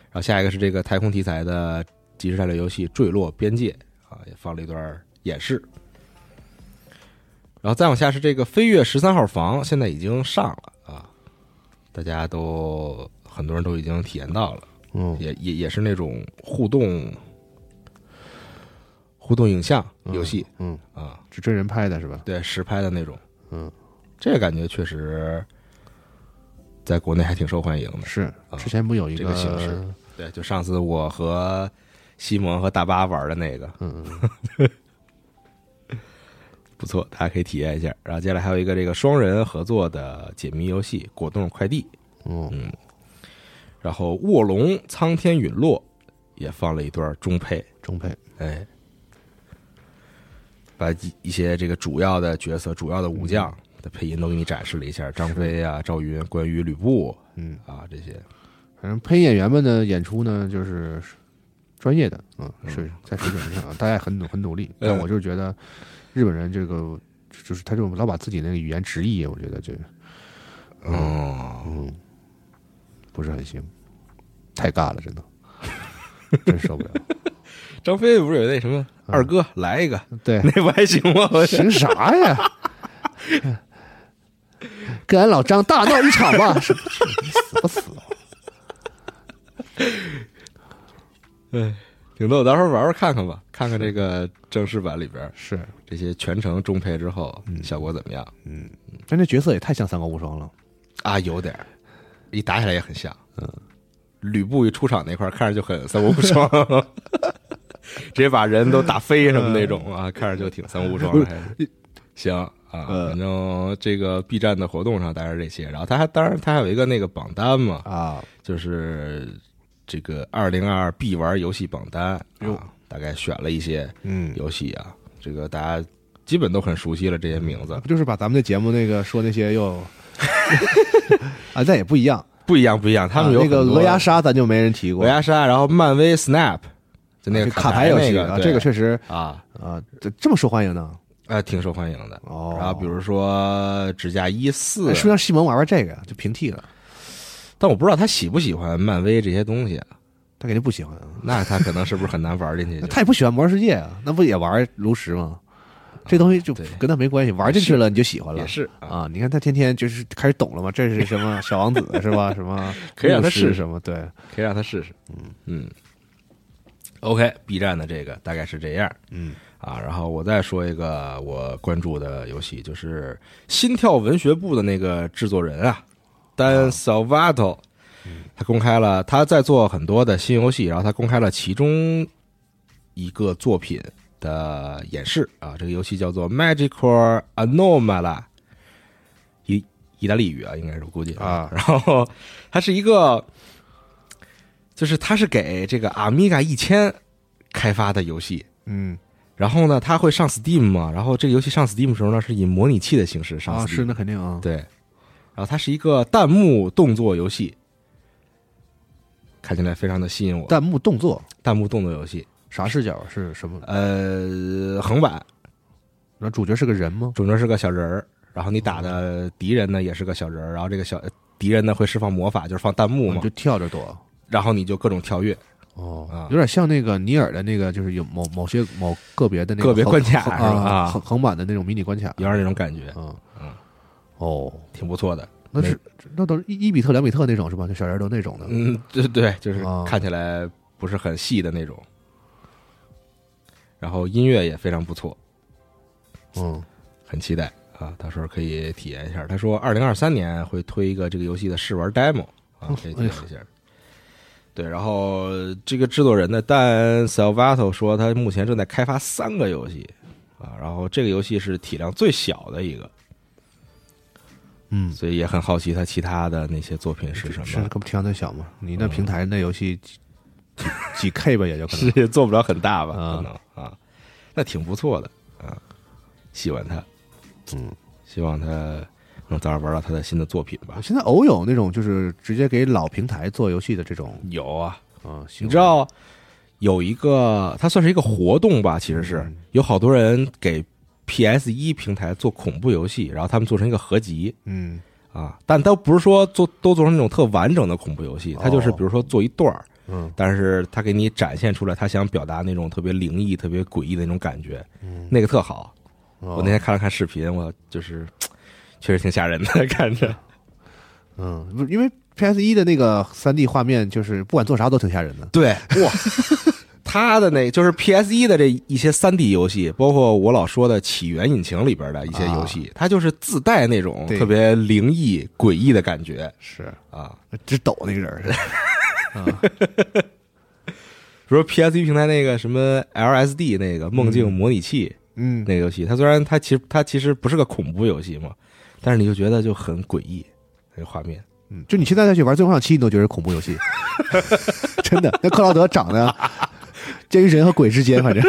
Speaker 5: 然后下一个是这个太空题材的即时战略游戏《坠落边界》啊，也放了一段演示。然后再往下是这个《飞跃十三号房》，现在已经上了啊，大家都很多人都已经体验到了。
Speaker 6: 嗯，
Speaker 5: 也也也是那种互动互动影像游戏，
Speaker 6: 嗯
Speaker 5: 啊，
Speaker 6: 是真人拍的是吧？
Speaker 5: 对实拍的那种，
Speaker 6: 嗯，
Speaker 5: 这个感觉确实在国内还挺受欢迎的。
Speaker 6: 是，之前不有一
Speaker 5: 啊这个形式
Speaker 6: 嗯
Speaker 5: 对，就上次我和西蒙和大巴玩的那个，
Speaker 6: 嗯，嗯
Speaker 5: 不错，大家可以体验一下。然后接下来还有一个这个双人合作的解谜游戏《果冻快递》，
Speaker 6: 嗯，
Speaker 5: 然后《卧龙苍天陨落》也放了一段中配，
Speaker 6: 中配
Speaker 5: 哎，把一一些这个主要的角色、主要的武将的配音都给你展示了一下，张飞啊、赵云、关羽、吕布，
Speaker 6: 嗯
Speaker 5: 啊这些，
Speaker 6: 反正配音演员们的演出呢，就是专业的，嗯，是在水准上，啊大家也很努很努力。但
Speaker 5: 嗯
Speaker 6: 我就是觉得日本人这个，就是他这种老把自己那个语言直译，我觉得这
Speaker 5: 哦，
Speaker 6: 嗯不是很行，太尬了，真的，真受 不了。
Speaker 5: 张飞不是有那什么二哥来一个，
Speaker 6: 对，
Speaker 5: 嗯 那不还行 吗？我
Speaker 6: 行啥呀？跟俺老张大闹一场 吧，是不是你死啊不死？
Speaker 5: 挺逗，到时候玩玩看看吧，看看这个正式版里边
Speaker 6: 是，
Speaker 5: 这些全程中配之后效果怎么样
Speaker 6: 但这角色也太像三国无双了。
Speaker 5: 啊？有点儿，一打起来也很像，嗯。吕布一出场那块儿看着就很三国无双， 直接把人都打飞什么那种啊，看着就挺三国无双的。还
Speaker 6: 嗯
Speaker 5: 是行啊，反正这个 B 站的活动上大概是这些，然后他还当然他还有一个那个榜单嘛，
Speaker 6: 啊，
Speaker 5: 就是这个二零二二必玩游戏榜单
Speaker 6: 哟
Speaker 5: 啊，大概选了一些
Speaker 6: 嗯，
Speaker 5: 游戏啊，这个大家基本都很熟悉了这些名字
Speaker 6: 不，就是把咱们的节目那个说那些 又 啊，但也不一样。
Speaker 5: 不一样不一样，他们
Speaker 6: 啊
Speaker 5: 有
Speaker 6: 那个
Speaker 5: 很多
Speaker 6: 鹅鸭杀，咱就没人提过
Speaker 5: 鹅。鸭杀，然后漫威 Snap，就那个
Speaker 6: 这卡
Speaker 5: 牌
Speaker 6: 游
Speaker 5: 那
Speaker 6: 戏
Speaker 5: 个
Speaker 6: 啊，
Speaker 5: 对
Speaker 6: 这个确实
Speaker 5: 啊，
Speaker 6: 啊，这这么受欢迎呢。
Speaker 5: 哎，挺受欢迎的。
Speaker 6: 哦
Speaker 5: 然后啊比如说指甲一四
Speaker 6: 哎，是不是，让西蒙玩玩这个呀？就平替了，
Speaker 5: 但我不知道他喜不喜欢漫威这些 东西啊，
Speaker 6: 他肯定不喜欢啊。
Speaker 5: 那他可能是不是很难玩 进去就？
Speaker 6: 他也不喜欢魔兽世界啊，那不也玩炉石吗？这东西就
Speaker 5: 啊对
Speaker 6: 跟他没关系，玩进去了你就喜欢了。
Speaker 5: 也是啊
Speaker 6: 啊，你看他天天就是开始懂了嘛，这是什么小王子是 吧？什么
Speaker 5: 可以让他
Speaker 6: 巫师
Speaker 5: 试试
Speaker 6: 什么？对，
Speaker 5: 可以让他试试。嗯嗯，OK，B 站的这个大概是这样。嗯啊，然后我再说一个我关注的游戏，就是心跳文学部的那个制作人啊，丹 Salvato，他公开了他在做很多的新游戏，然后他公开了其中一个作品的演示啊，这个游戏叫做 Magical Anomala，意意大利语啊，应该是我估计
Speaker 1: 啊
Speaker 5: 然后它是一个，就是它是给这个 Amiga 一千开发的游戏，
Speaker 6: 嗯
Speaker 5: 然后呢，它会上 Steam 嘛，然后这个游戏上 Steam 的时候呢，是以模拟器的形式上 Steam，、
Speaker 6: 啊，是那肯定啊，
Speaker 5: 对，然后它是一个弹幕动作游戏，看起来非常的吸引我。弹
Speaker 6: 弹幕动作
Speaker 5: 弹幕动作游戏，
Speaker 6: 啥视角是什么？
Speaker 5: 呃，横版，
Speaker 6: 那主角是个人吗？
Speaker 5: 主角是个小人儿，然后你打的敌人呢也是个小人儿，然后这个小呃敌人呢会释放魔法，就是放弹幕
Speaker 6: 你
Speaker 5: 嘛
Speaker 6: 啊就，跳着躲。
Speaker 5: 然后你就各种跳跃，
Speaker 6: 哦
Speaker 5: 啊，
Speaker 6: 有点像那个尼尔的那个，就是有某某些某个别的那个
Speaker 5: 个别
Speaker 6: 横
Speaker 5: 关卡
Speaker 6: 横
Speaker 5: 是吧
Speaker 6: 啊，
Speaker 5: 啊
Speaker 6: 横横版的那种迷你关卡。
Speaker 5: 有点那种感觉，
Speaker 6: 嗯哦，
Speaker 5: 挺不错的。
Speaker 6: 那是那都是一一比特、两比特那种是吧？就小人儿都那种的。
Speaker 5: 嗯，对对，就是
Speaker 6: 啊
Speaker 5: 看起来不是很细的那种。然后音乐也非常不错，
Speaker 6: 嗯
Speaker 5: 很期待啊，到时候可以体验一下。他说，二零二三年会推一个这个游戏的试玩 demo
Speaker 6: 哦
Speaker 5: 啊，可以体验
Speaker 6: 哎
Speaker 5: 一下。对，然后这个制作人呢，但 Salvato 说他目前正在开发三个游戏啊，然后这个游戏是体量最小的一个，
Speaker 6: 嗯，
Speaker 5: 所以也很好奇他其他的那些作品是什
Speaker 6: 是
Speaker 5: 么，嗯
Speaker 6: 可不体量最小嘛？你那平台那游戏几几几 K 吧，也就可能
Speaker 5: 是也做不了很大吧，
Speaker 6: 啊
Speaker 5: 可能啊，那挺不错的啊，喜欢他，
Speaker 2: 嗯，
Speaker 5: 希望他能早点玩到他的新的作品吧。
Speaker 6: 啊现在偶有那种就是直接给老平台做游戏的这种
Speaker 5: 有啊，
Speaker 6: 啊，行为
Speaker 5: 你知道有一个，它算是一个活动吧，其实是有好多人给 PS 一平台做恐怖游戏，然后他们做成一个合集
Speaker 6: 嗯
Speaker 5: 啊，但都不是说做都做成那种特完整的恐怖游戏，它就是
Speaker 6: 哦
Speaker 5: 比如说做一段儿，
Speaker 6: 嗯，
Speaker 5: 但是他给你展现出来他想表达那种特别灵异、特别诡异的那种感觉，那个特好。我那天看了看视频，我就是。确实挺吓人的，看着
Speaker 6: 嗯，不因为 PS 一的那个三 D 画面，就是不管做啥都挺吓人的。
Speaker 5: 对哇， 他的那就是 PS 一的这一些三 D 游戏，包括我老说的《起源》引擎里边的一些游戏，它就是自带那种
Speaker 6: 对
Speaker 5: 特别灵异、诡异的感觉
Speaker 6: 是，
Speaker 5: 啊。
Speaker 6: 直抖那个人儿。
Speaker 5: 比如说 PS 一平台那个什么 LSD 那个梦境模拟器
Speaker 6: 嗯
Speaker 5: 那个游戏，它虽然它其实它其实不是个恐怖游戏嘛，但是你就觉得就很诡异，那个画面。
Speaker 6: 嗯，就你现在再去玩《最终幻想七》，你都觉得是恐怖游戏， 真的。那克劳德长 得介于人和鬼之间，反正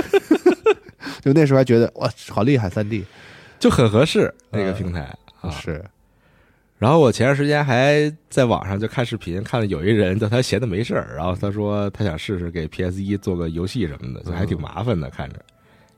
Speaker 6: 就那时候还觉得哇，好厉害，三 D
Speaker 5: 就很合适那个平台、啊。
Speaker 6: 是
Speaker 5: 然后我前段时间还在网上就看视频，看到有一人叫他闲的没事儿，然后他说他想试试给 PS 一做个游戏什么的，就还挺麻烦的。看着，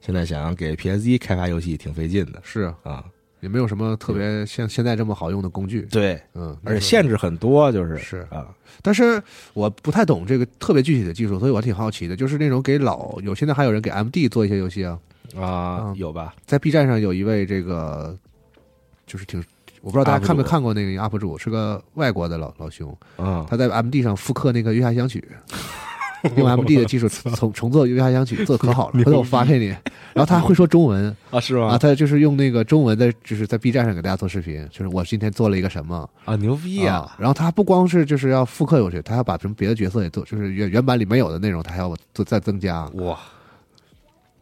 Speaker 5: 现在想给 PS 一开发游戏挺费劲的
Speaker 6: 是，
Speaker 5: 啊。
Speaker 6: 也没有什么特别像现在这么好用的工具。
Speaker 5: 对，
Speaker 6: 嗯，
Speaker 5: 而且限制很多，就是
Speaker 6: 是
Speaker 5: 啊，
Speaker 6: 但是我不太懂这个特别具体的技术，所以我挺好奇的，就是那种给老有现在还有人给 MD 做一些游戏啊，
Speaker 5: 啊
Speaker 6: 嗯
Speaker 5: 有吧？
Speaker 6: 在 B 站上有一位这个就是挺。我不知道大
Speaker 5: UP
Speaker 6: 家看没
Speaker 5: 主
Speaker 6: 看过那个 UP 主，是个外国的老老兄，
Speaker 5: 啊，
Speaker 6: 他在 MD 上复刻那个《月下乡曲》，用 MD 的技 术重重做《月下乡曲》，做得可好了，回头我发给你。然后他还会说中文
Speaker 5: 啊是
Speaker 6: 啊，
Speaker 5: 吗？
Speaker 6: 他就是用那个中文在就是在 B 站上给大家做视频，就是我今天做了一个什么
Speaker 5: 啊牛逼
Speaker 6: 啊。！然后他不光是就是要复刻过去，他还把什么别的角色也做，就是原原版里没有的内容，他还要做再增加。
Speaker 5: 哇，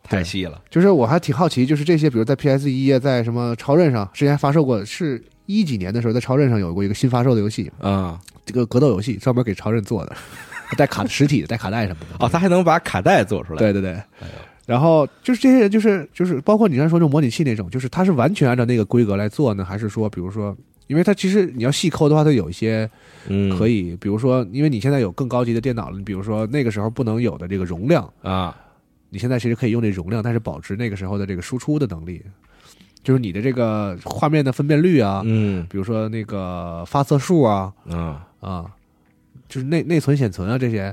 Speaker 5: 太细了
Speaker 6: 就是我还挺好奇，就是这些，比如在 PS 一啊，在什么超任上，之前还发售过，是一几年的时候在超任上有过一个新发售的游戏，
Speaker 5: 啊！
Speaker 6: 这个格斗游戏专门给超任做的， 带卡实体的，带卡带什么的。
Speaker 5: 哦，他还能把卡带做出来，
Speaker 6: 啊对对对。然后就是这些人，就是就是包括你刚才说这种模拟器那种，就是它是完全按照那个规格来做呢，还是说，比如说，因为它其实你要细抠的话，它有一些
Speaker 5: 嗯，
Speaker 6: 可
Speaker 5: 以
Speaker 6: 以，比如说，因为你现在有更高级的电脑了，你比如说那个时候不能有的这个容量，
Speaker 5: 啊
Speaker 6: 你现在其实可以用这容量，但是保持那个时候的这个输出的能力，就是你的这个画面的分辨率啊，
Speaker 5: 嗯
Speaker 6: 比如说那个发色数啊，
Speaker 5: 啊
Speaker 6: 啊，就是内内存、显存啊这些，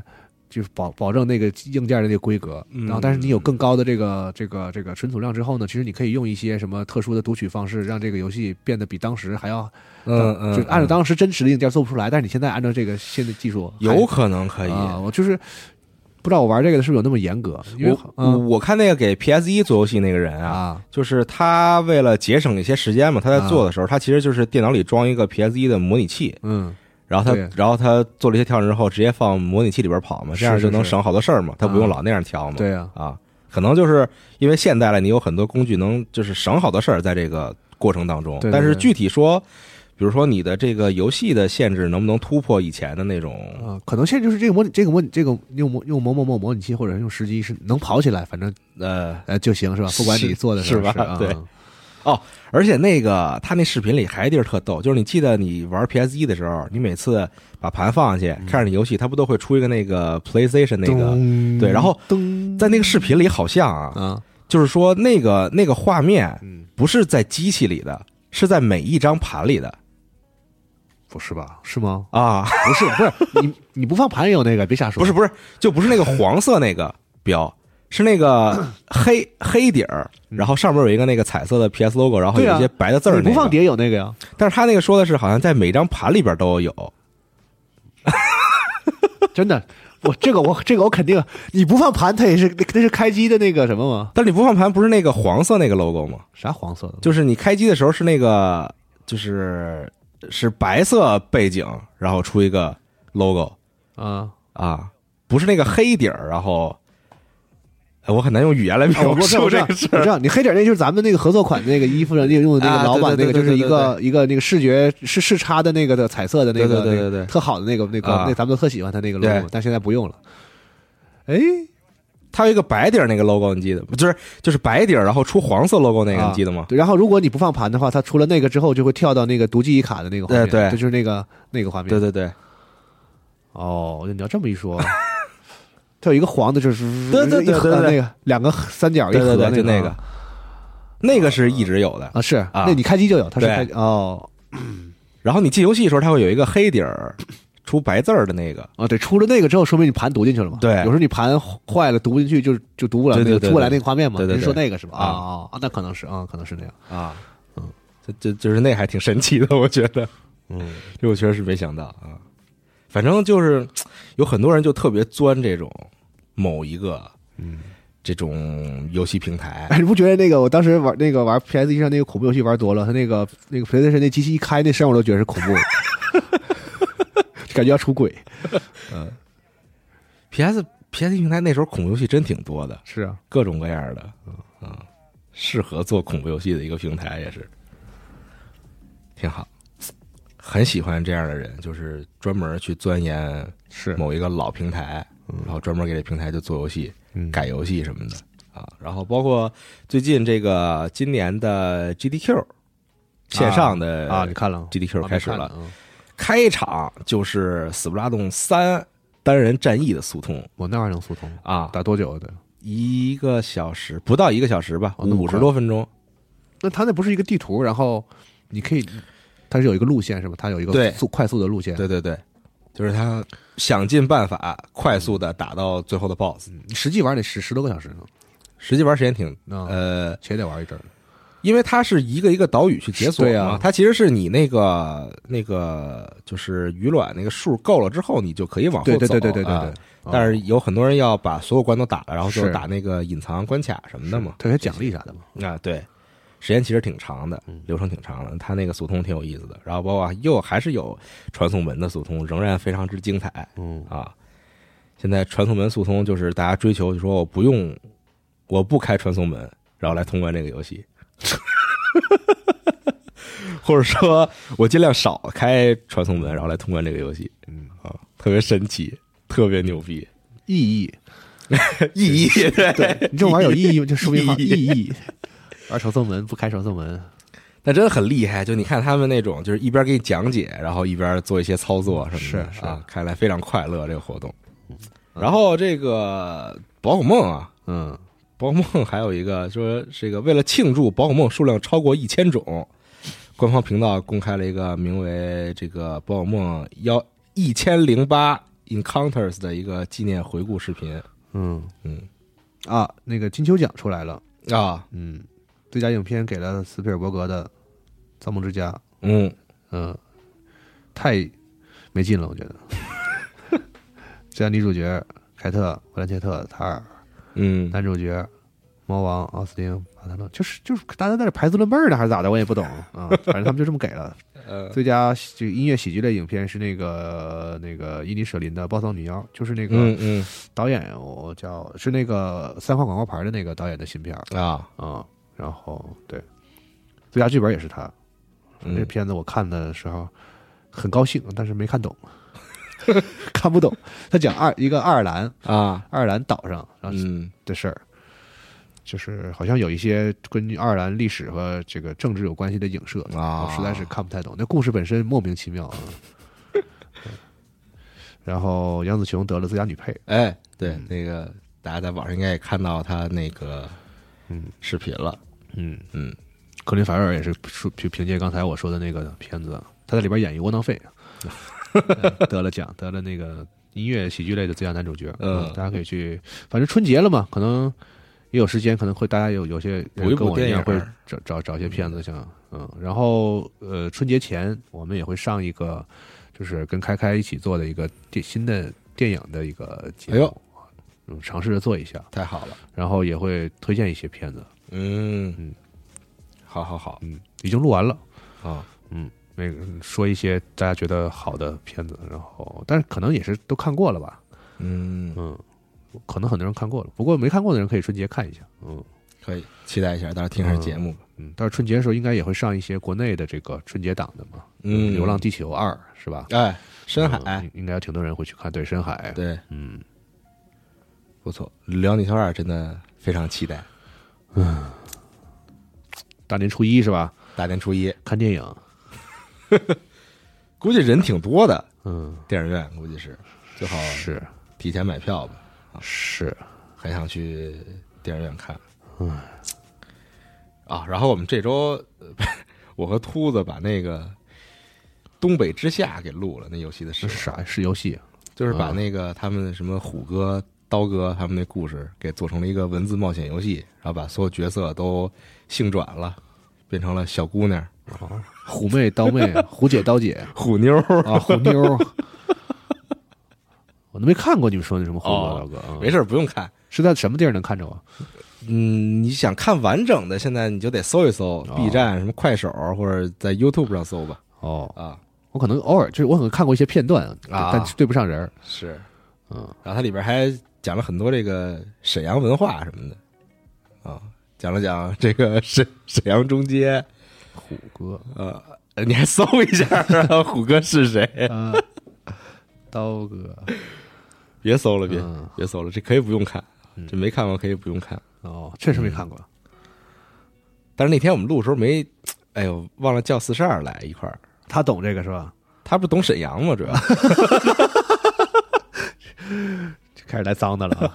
Speaker 6: 就是保保证那个硬件的那个规格。
Speaker 5: 嗯
Speaker 6: 然后，但是你有更高的这个这个这个存储量之后呢，其实你可以用一些什么特殊的读取方式，让这个游戏变得比当时还要，
Speaker 5: 嗯嗯，
Speaker 6: 啊就按照
Speaker 5: 嗯
Speaker 6: 当时真实的硬件做不出来，但是你现在按照这个新的技术还，啊
Speaker 5: 有可能可以
Speaker 6: 啊，我就是。不知道我玩这个的是不是有那么严格？因为
Speaker 5: 我、
Speaker 6: 嗯
Speaker 5: 我看那个给 PS 一做游戏那个人啊，
Speaker 6: 啊，
Speaker 5: 就是他为了节省一些时间嘛，他在做的时候，他其实就是电脑里装一个 PS 一的模拟器，
Speaker 6: 嗯，
Speaker 5: 然后他
Speaker 6: 对
Speaker 5: 然后他做了一些调整之后，直接放模拟器里边跑嘛，
Speaker 6: 是
Speaker 5: 这样就是能
Speaker 6: 是
Speaker 5: 省好多事儿嘛，他不用
Speaker 6: 啊
Speaker 5: 老那样调嘛。
Speaker 6: 对呀、
Speaker 5: 啊，可能就是因为现代了，你有很多工具能就是省好多事儿在这个过程当中。
Speaker 6: 对对
Speaker 5: 但是
Speaker 6: 对
Speaker 5: 具体说，比如说你的这个游戏的限制能不能突破以前的那种？
Speaker 6: 啊，可能现在就是这个模拟，这个模拟，这个用模用某某某模拟器或者是用时机是能跑起来，反正
Speaker 5: 呃，
Speaker 6: 呃就行是吧？不管你
Speaker 5: 是
Speaker 6: 做的
Speaker 5: 是吧
Speaker 6: 啊、
Speaker 5: 对而且那个他那视频里还有一地儿特逗，就是你记得你玩 PS 一的时候，你每次把盘放下去，
Speaker 6: 嗯
Speaker 5: 看着你游戏，它不都会出一个那个 PlayStation 那个？
Speaker 6: 咚
Speaker 5: 对然后
Speaker 6: 噔
Speaker 5: 在那个视频里好像啊，
Speaker 6: 啊，
Speaker 5: 就是说那个那个画面
Speaker 6: 嗯
Speaker 5: 不是在机器里的，是在每一张盘里的
Speaker 6: 不是吧？是吗？
Speaker 5: 啊。
Speaker 6: 不是，不是你你不放盘也有那个，别瞎说。
Speaker 5: 不是不是，就不是那个黄色那个标，是 那个黑黑底儿，然后上面有一个那个彩色的 PS logo，然后
Speaker 6: 对啊
Speaker 5: 有一些白的字儿、
Speaker 6: 你不放，碟有那个呀？
Speaker 5: 但是他那个说的是好像在每张盘里边都有，
Speaker 6: 真的，我这个我这个我肯定，你不放盘它也是那是开机的那个什么吗？
Speaker 5: 但是你不放盘不是那个黄色那个 logo 吗？
Speaker 6: 啥黄色的？
Speaker 5: 就是你开机的时候是那个就是是白色背景，然后出一个 logo
Speaker 6: 啊，
Speaker 5: 啊，不是那个黑底儿，然后。哎我很难用语言来
Speaker 6: 啊我
Speaker 5: 描
Speaker 6: 知道，
Speaker 5: 述
Speaker 6: 我知
Speaker 5: 这
Speaker 6: 道，
Speaker 5: 个事
Speaker 6: 我
Speaker 5: 儿
Speaker 6: 知。道，你黑底儿那就是咱们那个合作款那个衣服上用的那个
Speaker 5: 啊
Speaker 6: 老板那
Speaker 5: 对对
Speaker 6: 个，
Speaker 5: 对
Speaker 6: 就是一
Speaker 5: 对对
Speaker 6: 个一个那个视觉是视差的那个的彩色的那个，
Speaker 5: 对对对
Speaker 6: 那个
Speaker 5: 对对
Speaker 6: 特好的那个那个
Speaker 5: 啊
Speaker 6: 那咱们都特喜欢他那个
Speaker 5: 对
Speaker 6: logo，但现在不用了。哎，
Speaker 5: 它有一个白底儿那个 logo，你记得吗？就是就是白底儿，然后出黄色 logo 那个，
Speaker 6: 啊
Speaker 5: 你记得吗？
Speaker 6: 对，然后如果你不放盘的话，它除了那个之后，就会跳到那个读记忆卡的那个画面，
Speaker 5: 对对
Speaker 6: 就是那个那个画面。
Speaker 5: 对对对，
Speaker 6: 哦，你要这么一说， 它有一个黄的，就是
Speaker 5: 对对对
Speaker 6: 一盒
Speaker 5: 对对对
Speaker 6: 那个两个三角一
Speaker 5: 对
Speaker 6: 合
Speaker 5: 对对，就
Speaker 6: 那
Speaker 5: 那个，那个是一直有的。
Speaker 6: 啊，是那你开机就有，它是
Speaker 5: 对
Speaker 6: 开哦
Speaker 5: 然后你进游戏的时候，它会有一个黑底儿出白字儿的那个，
Speaker 6: 啊，对，出了那个之后，说明你盘读进去了嘛？
Speaker 5: 对
Speaker 6: 有时候你盘坏了读不进去就就读不了
Speaker 5: 对
Speaker 6: 那
Speaker 5: 对
Speaker 6: 个
Speaker 5: 对
Speaker 6: 出不
Speaker 5: 对
Speaker 6: 来那个画面嘛？
Speaker 5: 对对
Speaker 6: 您说
Speaker 5: 对
Speaker 6: 那个是吧？啊啊啊，那可能是啊，可能是那样。
Speaker 5: 啊，嗯，就就就是那还挺神奇的，我觉得，
Speaker 2: 嗯，
Speaker 5: 这我确实是没想到啊。反正就是有很多人就特别钻这种某一个，嗯，这种游戏平台
Speaker 6: 哎，你不觉得那个我当时玩那个玩 PS 一上那个恐怖游戏玩多了，它那个那个 PlayStation 那机器一开那声我都觉得是恐 怖的，感觉要出轨。
Speaker 5: ，PS PS 平台那时候恐怖游戏真挺多的，
Speaker 6: 是啊，
Speaker 5: 各种各样的，嗯，适合做恐怖游戏的一个平台也是，挺好。很喜欢这样的人，就是专门去钻研
Speaker 6: 是嗯
Speaker 5: 某一个老平台，然后专门给这平台就做游戏、改游戏什么的啊。然后包括最近这个今年的 GDQ 线上的
Speaker 6: 啊，你看了吗
Speaker 5: GDQ
Speaker 6: 啊
Speaker 5: 开始
Speaker 6: 没看呢
Speaker 5: 了，
Speaker 6: 嗯
Speaker 5: 开场就是《死不拉动三》单人战役的速通
Speaker 6: 我那玩意儿能速通
Speaker 5: 啊，
Speaker 6: 打多久啊？对，
Speaker 5: 一个小时不到一个小时吧，
Speaker 6: 哦那么
Speaker 5: 五
Speaker 6: 快
Speaker 5: 十多分钟。
Speaker 6: 那它那不是一个地图，然后你可以，它是有一个路线是吧？它有一个
Speaker 5: 对
Speaker 6: 速快速的路线，
Speaker 5: 对对对，就是他想尽办法快速的打到最后的 BOSS。
Speaker 6: 你实际玩得十十多个小时呢，
Speaker 5: 实际玩时间挺
Speaker 6: 啊
Speaker 5: 呃，
Speaker 6: 且得玩一阵儿。
Speaker 5: 因为它是一个一个岛屿去解锁
Speaker 6: 对
Speaker 5: 嘛
Speaker 6: 啊，
Speaker 5: 它其实是你那个那个就是鱼卵那个数够了之后，你就可以往后
Speaker 6: 对
Speaker 5: 走。
Speaker 6: 对对对对对
Speaker 5: 啊
Speaker 6: 对。
Speaker 5: 但是有很多人要把所有关都打了，然后就是打那个隐藏关卡什么的嘛。
Speaker 6: 特别奖励啥的嘛。
Speaker 5: 啊，对，时间其实挺长的，流程挺长的。它那个速通挺有意思的，然后包括又还是有传送门的速通，仍然非常之精彩。嗯啊，现在传送门速通就是大家追求，就说我不用，我不开传送门，然后来通关这个游戏。 或者说，我尽量少开传送门，然后来通关这个游戏。嗯啊，特别神奇，特别牛逼，
Speaker 6: 意义，
Speaker 5: 意义对，
Speaker 6: 你这玩意儿有意义吗？就说明好
Speaker 5: 意
Speaker 6: 意
Speaker 5: 义
Speaker 6: 义。玩传送门不开传送门，
Speaker 5: 但真的很厉害，就你看他们那种，就是一边给你讲解，然后一边做一些操作什么的，
Speaker 6: 是是
Speaker 5: 啊，看来非常快乐这个活动。然后这个宝可梦啊，
Speaker 6: 嗯，
Speaker 5: 宝可梦还有一个说，这个为了庆祝宝可梦数量超过一千种，官方频道公开了一个名为“这个宝可梦幺一千零八 Encounters” 的一个纪念回顾视频。
Speaker 6: 嗯
Speaker 5: 嗯
Speaker 6: 啊，那个金球奖出来了，
Speaker 5: 啊，
Speaker 6: 嗯，最佳影片给了斯皮尔伯格的《造梦之家》，
Speaker 5: 嗯，
Speaker 6: 嗯，太没劲了，我觉得。最佳女主角凯特·布兰切特、塔尔
Speaker 5: 嗯，
Speaker 6: 男主角，猫王奥斯汀巴特勒，就是就是大家在这排字论辈儿呢，还是咋的？我也不懂啊，反正他们就这么给了。
Speaker 5: 呃，
Speaker 6: 最佳就音乐喜剧类影片是那个那个伊尼舍林的《暴躁女妖》，就是那
Speaker 5: 嗯
Speaker 6: 个
Speaker 5: 嗯
Speaker 6: 导演我叫是那个三块广告牌的那个导演的新片儿
Speaker 5: 啊，
Speaker 6: 啊。然后对，最佳剧本也是他。
Speaker 5: 嗯
Speaker 6: 这片子我看的时候很高兴，但是没看懂， 看不懂。他讲爱一个爱尔兰
Speaker 5: 啊，
Speaker 6: 爱尔兰岛上然后
Speaker 5: 嗯
Speaker 6: 的事儿，就是好像有一些跟爱尔兰历史和这个政治有关系的影射
Speaker 5: 啊
Speaker 6: 我实在是看不太懂。那故事本身莫名其妙啊。 然后杨紫琼得了最佳女配，
Speaker 5: 哎，对，那个大家在网上应该也看到他那个
Speaker 6: 嗯
Speaker 5: 视频了，
Speaker 6: 嗯
Speaker 5: 嗯，
Speaker 6: 克林·法瑞尔也是说就凭借刚才我说的那个片子，他在里边演一窝 囊废，嗯得了奖，得了那个音乐喜剧类的最佳男主角。
Speaker 5: 嗯
Speaker 6: 大家可以去，反正春节了嘛，可能也有时间，可能会大家有有些人
Speaker 5: 补一补
Speaker 6: 跟我一样
Speaker 5: 电
Speaker 6: 会
Speaker 5: 影
Speaker 6: 找找找一些片子想，嗯，然后呃，春节前我们也会上一个，就是跟开开一起做的一个电新的电影的一个节
Speaker 5: 哎
Speaker 6: 目
Speaker 5: 呦，
Speaker 6: 嗯，尝试着做一下，
Speaker 5: 太好了，
Speaker 6: 然后也会推荐一些片子，
Speaker 5: 嗯
Speaker 6: 嗯，
Speaker 5: 好好好
Speaker 6: 嗯，已经录完了。
Speaker 5: 啊，
Speaker 6: 嗯，那个说一些大家觉得好的片子，然后但是可能也是都看过了吧，
Speaker 5: 嗯，
Speaker 6: 嗯，可能很多人看过了，不过没看过的人可以春节看一下，嗯
Speaker 5: 可以期待一下，到时候听一下节目吧，
Speaker 6: 嗯，但是春节的时候应该也会上一些国内的这个春节档的嘛，
Speaker 5: 嗯
Speaker 6: 流浪地球二》是吧？
Speaker 5: 哎，深
Speaker 6: 嗯
Speaker 5: 海，
Speaker 6: 应应该有挺多人会去看，对，深海，，
Speaker 5: 对，
Speaker 6: 嗯，
Speaker 5: 不错，辽宁小二真的非常期待，
Speaker 6: 大年初一是吧？
Speaker 5: 大年初一
Speaker 6: 看电影，
Speaker 5: 估计人挺多的，
Speaker 6: 嗯，
Speaker 5: 电影院估计是，最好
Speaker 6: 是
Speaker 5: 提前买票吧，
Speaker 6: 是，
Speaker 5: 很想去电影院看。
Speaker 6: 嗯
Speaker 5: 啊，然后我们这周 呃我和秃子把那个《东北之夏》给录了，那游戏的事
Speaker 6: 这，是嗯啥？是游戏，
Speaker 5: 就是把那个他们什么虎哥、刀哥他们那故事给做成了一个文字冒险游戏，然后把所有角色都性转了，变成了小姑娘
Speaker 6: 虎妹刀妹， 虎姐刀姐
Speaker 5: 虎妞儿。
Speaker 6: 啊，虎妞儿。 我都没看过你们说那什么虎哥大哥，嗯
Speaker 5: 没事儿，不用看。
Speaker 6: 是在什么地儿能看着啊？
Speaker 5: 嗯，你想看完整的，现在你就得搜一搜 B 站、什么快手或者在 YouTube 上搜吧。
Speaker 6: 哦，
Speaker 5: 啊，
Speaker 6: 我可能偶尔就是我可能看过一些片段，
Speaker 5: 啊
Speaker 6: 但对不上人儿。
Speaker 5: 是，
Speaker 6: 嗯，
Speaker 5: 然后它里边还讲了很多这个沈阳文化什么的，啊，讲了讲这个 沈沈阳中街，
Speaker 6: 虎哥，
Speaker 5: 呃，你还搜一下 啊虎哥是谁？
Speaker 6: 啊，刀哥，
Speaker 5: 别搜了，别、
Speaker 6: 嗯
Speaker 5: 别搜了，这可以不用看，这没看过可以不用看。
Speaker 6: 哦，确实没看过。
Speaker 5: 但是那天我们录的时候没，哎呦，忘了叫四十二来一块儿，
Speaker 6: 他懂这个是吧？
Speaker 5: 他不是懂沈阳吗？主要
Speaker 6: 就开始来脏的了 啊！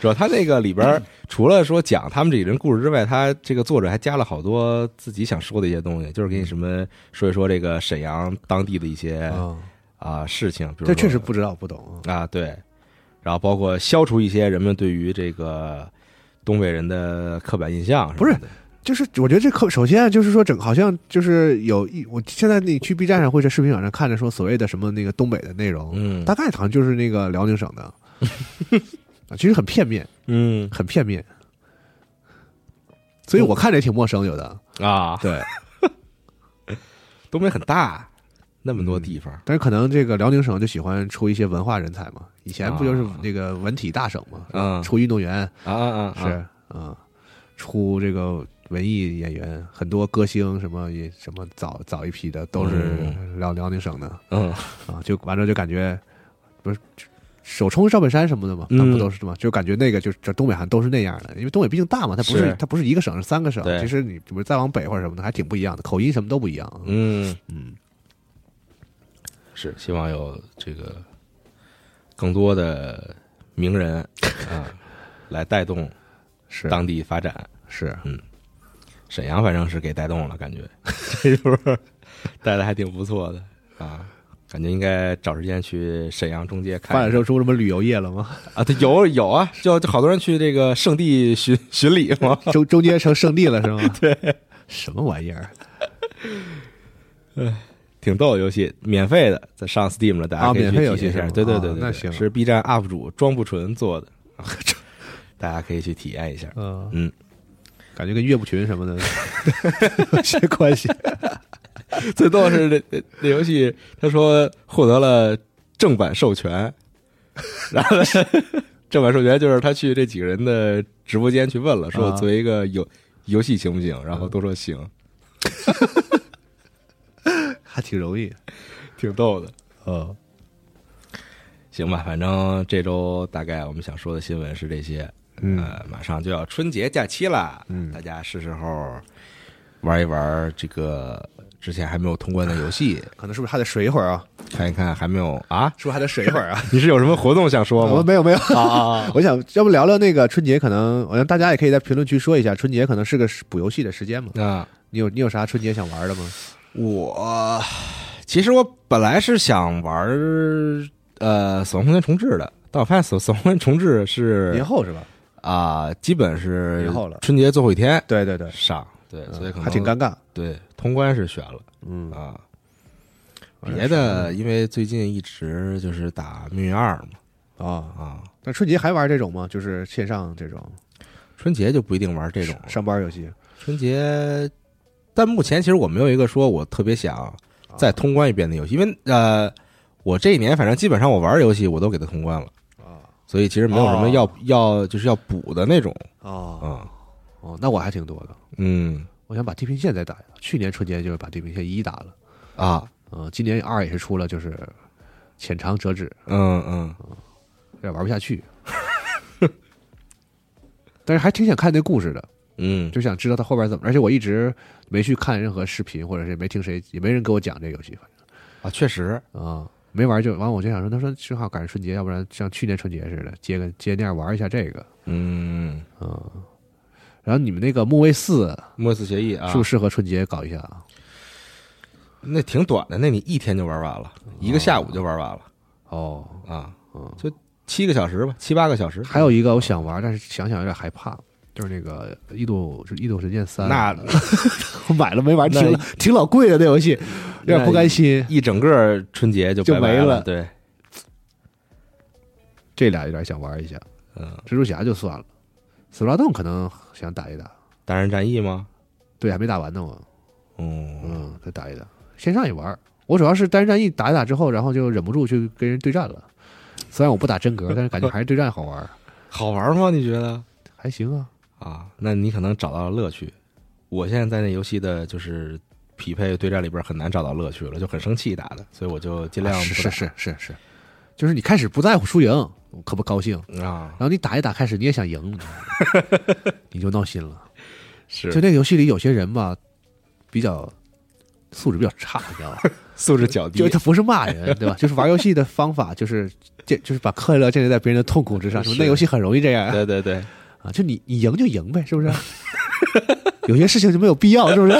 Speaker 5: 主要他那个里边
Speaker 6: 嗯
Speaker 5: 儿除了说讲他们这几个人故事之外，他这个作者还加了好多自己想说的一些东西，就是给你什么说一说这个沈阳当地的一些。
Speaker 6: 嗯
Speaker 5: 啊事情，比如
Speaker 6: 这确
Speaker 5: 说
Speaker 6: 实不知道不懂。
Speaker 5: 啊对，然后包括消除一些人们对于这个东北人的刻板印象，
Speaker 6: 不是就是我觉得这课，首先就是说整好像就是有一，我现在你去 B 站上或者视频网上看着说所谓的什么那个东北的内容，
Speaker 5: 嗯
Speaker 6: 大概好像就是那个辽宁 省的，啊其实很片面，
Speaker 5: 嗯
Speaker 6: 很片面。所以我看着也挺陌生，有的。
Speaker 5: 啊，
Speaker 6: 对，
Speaker 5: 东北很大，那么
Speaker 6: 嗯
Speaker 5: 多地方，
Speaker 6: 但是可能这个辽宁省就喜欢出一些文化人才嘛，以前不就是
Speaker 5: 啊
Speaker 6: 那个文体大省嘛，
Speaker 5: 嗯
Speaker 6: 出运动员
Speaker 5: 啊啊啊，
Speaker 6: 是啊、出这个文艺演员，很多歌星什么也什么早早一批的都是辽辽宁省的
Speaker 5: 嗯
Speaker 6: 啊，就完了就感觉不是。首冲赵本山什么的嘛，那
Speaker 5: 嗯
Speaker 6: 不都是吗？就感觉那个就是这东北好像都是那样的，因为东北毕竟大嘛，它不是
Speaker 5: 是
Speaker 6: 它不是一个省，是三个省。
Speaker 5: 对
Speaker 6: 其实你比如再往北或者什么的，还挺不一样的，口音什么都不一样。
Speaker 5: 嗯
Speaker 6: 嗯，
Speaker 5: 是希望有这个更多的名 人啊来带动
Speaker 6: 是
Speaker 5: 当地发展，
Speaker 6: 是，
Speaker 5: 沈阳反正是给带动了，感 觉这就是带的还挺不错的啊，感觉应该找时间去沈阳中街
Speaker 6: 发
Speaker 5: 看
Speaker 6: 展
Speaker 5: 一下
Speaker 6: 出出什么旅游业了吗？
Speaker 5: 啊，对，有有啊，就就好多人去这个圣地巡巡礼嘛，
Speaker 6: 中中 间成圣地了是吗？对，什么玩意儿？
Speaker 5: 挺逗的游戏，免费的，在上 Steam 了，大
Speaker 6: 啊
Speaker 5: 家可以去
Speaker 6: 免费游
Speaker 5: 体验
Speaker 6: 戏
Speaker 5: 一
Speaker 6: 是
Speaker 5: 下。
Speaker 6: 吗
Speaker 5: 对对
Speaker 6: 啊
Speaker 5: 对对，
Speaker 6: 那
Speaker 5: 对
Speaker 6: 行
Speaker 5: 是 B 站 UP 主庄不纯做的， 大家可以去体验一下。
Speaker 6: 嗯
Speaker 5: 嗯，
Speaker 6: 感觉跟岳不群什么 的有些关系。
Speaker 5: 最逗的是那那那游戏，他说获得了正版授权，然后呢正版授权就是他去这几个人的直播间去问了，说我
Speaker 6: 啊嗯
Speaker 5: 做一个游游戏行不行？然后都说行，
Speaker 6: 还挺容易。
Speaker 5: 挺逗的。
Speaker 6: 嗯，
Speaker 5: 行吧，反正这周大概我们想说的新闻是这些。
Speaker 6: 嗯
Speaker 5: 呃，马上就要春节假期了，
Speaker 6: 嗯
Speaker 5: 大家是时候玩一玩这个之前还没有通关的游 戏，
Speaker 6: 可能是不是还得水一会儿啊？
Speaker 5: 看一看还没有啊？
Speaker 6: 是不是还得水一会儿 啊？
Speaker 5: 你是有什么活动想说
Speaker 6: 我
Speaker 5: 吗？
Speaker 6: 哦没有没 有，
Speaker 5: 啊啊啊！
Speaker 6: 我想要不聊聊那个春节，可能我让大家也可以在评论区说一下，春节可能是个补游戏的时间嘛。
Speaker 5: 那
Speaker 6: 你有你有啥春节想玩的吗？
Speaker 5: 我其实我本来是想玩儿呃《死亡空间重置》的，但我发现死《死亡空间重置》是
Speaker 6: 年后是吧？
Speaker 5: 啊、基本是
Speaker 6: 年后了
Speaker 5: 春节最后一天
Speaker 6: 对对对，
Speaker 5: 上，对，所以可能
Speaker 6: 还挺尴尬。
Speaker 5: 对，通关是悬了
Speaker 6: 嗯，
Speaker 5: 啊。
Speaker 6: 完了
Speaker 5: 别的，因为最近一直就是打《命运二》嘛，
Speaker 6: 啊，
Speaker 5: 啊，
Speaker 6: 那春节还玩这种吗？就是线上这种
Speaker 5: 春节就不一定玩这种了。
Speaker 6: 上班游戏，
Speaker 5: 春节，但目前其实我没有一个说我特别
Speaker 6: 啊
Speaker 5: 想再通关一遍的游戏，因为呃，我这一年反正基本上我玩游戏我都给它通关了
Speaker 6: 啊，
Speaker 5: 所以其实没有什
Speaker 6: 哦
Speaker 5: 么要、要就是要补的那种
Speaker 6: 哦
Speaker 5: 啊，
Speaker 6: 哦，那我还挺多的。
Speaker 5: 嗯
Speaker 6: 我想把地平线再打一打，去年春节就是把地平线一打了，
Speaker 5: 啊，
Speaker 6: 嗯，今年二也是出了，就是浅尝辄止，
Speaker 5: 嗯嗯，
Speaker 6: 有点玩不下去。 但是还挺想看那故事的，
Speaker 5: 嗯，
Speaker 6: 就想知道它后边怎么。而且我一直没去看任何视频，或者是没听谁，也没人给我讲这游戏，反
Speaker 5: 啊，确实，
Speaker 6: 正啊、没玩就完。我就想说，他说正好赶上春节，要不然像去年春节似的，接个接链玩一下这个。
Speaker 5: 嗯，
Speaker 6: 然后你们那个木卫四
Speaker 5: 莫斯协议啊
Speaker 6: 是，不是适合春节搞一下啊？
Speaker 5: 那挺短的，那你一天就玩完了，一个下午就玩完了
Speaker 6: 哦，
Speaker 5: 啊，就七个小时吧，七八个小时，
Speaker 6: 还有一个我想玩，但是想想有点害怕，就是那个《异度》就是《异度神剑三》，
Speaker 5: 那
Speaker 6: 我买了没玩，挺了挺老贵的那游戏，有点不甘心。
Speaker 5: 一整个春节就
Speaker 6: 就
Speaker 5: 拜拜
Speaker 6: 没
Speaker 5: 了，
Speaker 6: 了
Speaker 5: 对，
Speaker 6: 这俩有点想玩一下。
Speaker 5: 嗯，
Speaker 6: 蜘蛛侠就算了，死拉洞可能想打一打，
Speaker 5: 单人战役吗？
Speaker 6: 对，还没打完呢我，
Speaker 5: 嗯，
Speaker 6: 嗯，再打一打，线上也玩。我主要是单人战役打一打之后，然后就忍不住去跟人对战了。虽然我不打真 格，但是感觉还是对战好玩，
Speaker 5: 好玩吗？你觉得？
Speaker 6: 还行啊。
Speaker 5: 啊，那你可能找到了乐趣。我现在在那游戏的就是匹配对战里边很难找到乐趣了，就很生气打的，所以我就尽量
Speaker 6: 啊
Speaker 5: 不
Speaker 6: 是
Speaker 5: 打
Speaker 6: 是是是是，就是你开始不在乎输赢，我可不高兴。
Speaker 5: 啊，
Speaker 6: 然后你打一打，开始你也想赢，你知道 吗你就闹心了。
Speaker 5: 是
Speaker 6: 就那个游戏里有些人吧，比较素质比较差，你知 道吧？
Speaker 5: 素质较低
Speaker 6: 就，他不是骂人，对吧？就是玩游戏的方法，就是建，就是把快乐建立在别人的痛苦之上。
Speaker 5: 是
Speaker 6: 什么那游戏很容易这样啊
Speaker 5: 对对对，
Speaker 6: 啊，就你你赢就赢呗，是不是？ 有些事情就没有必要，是不 是？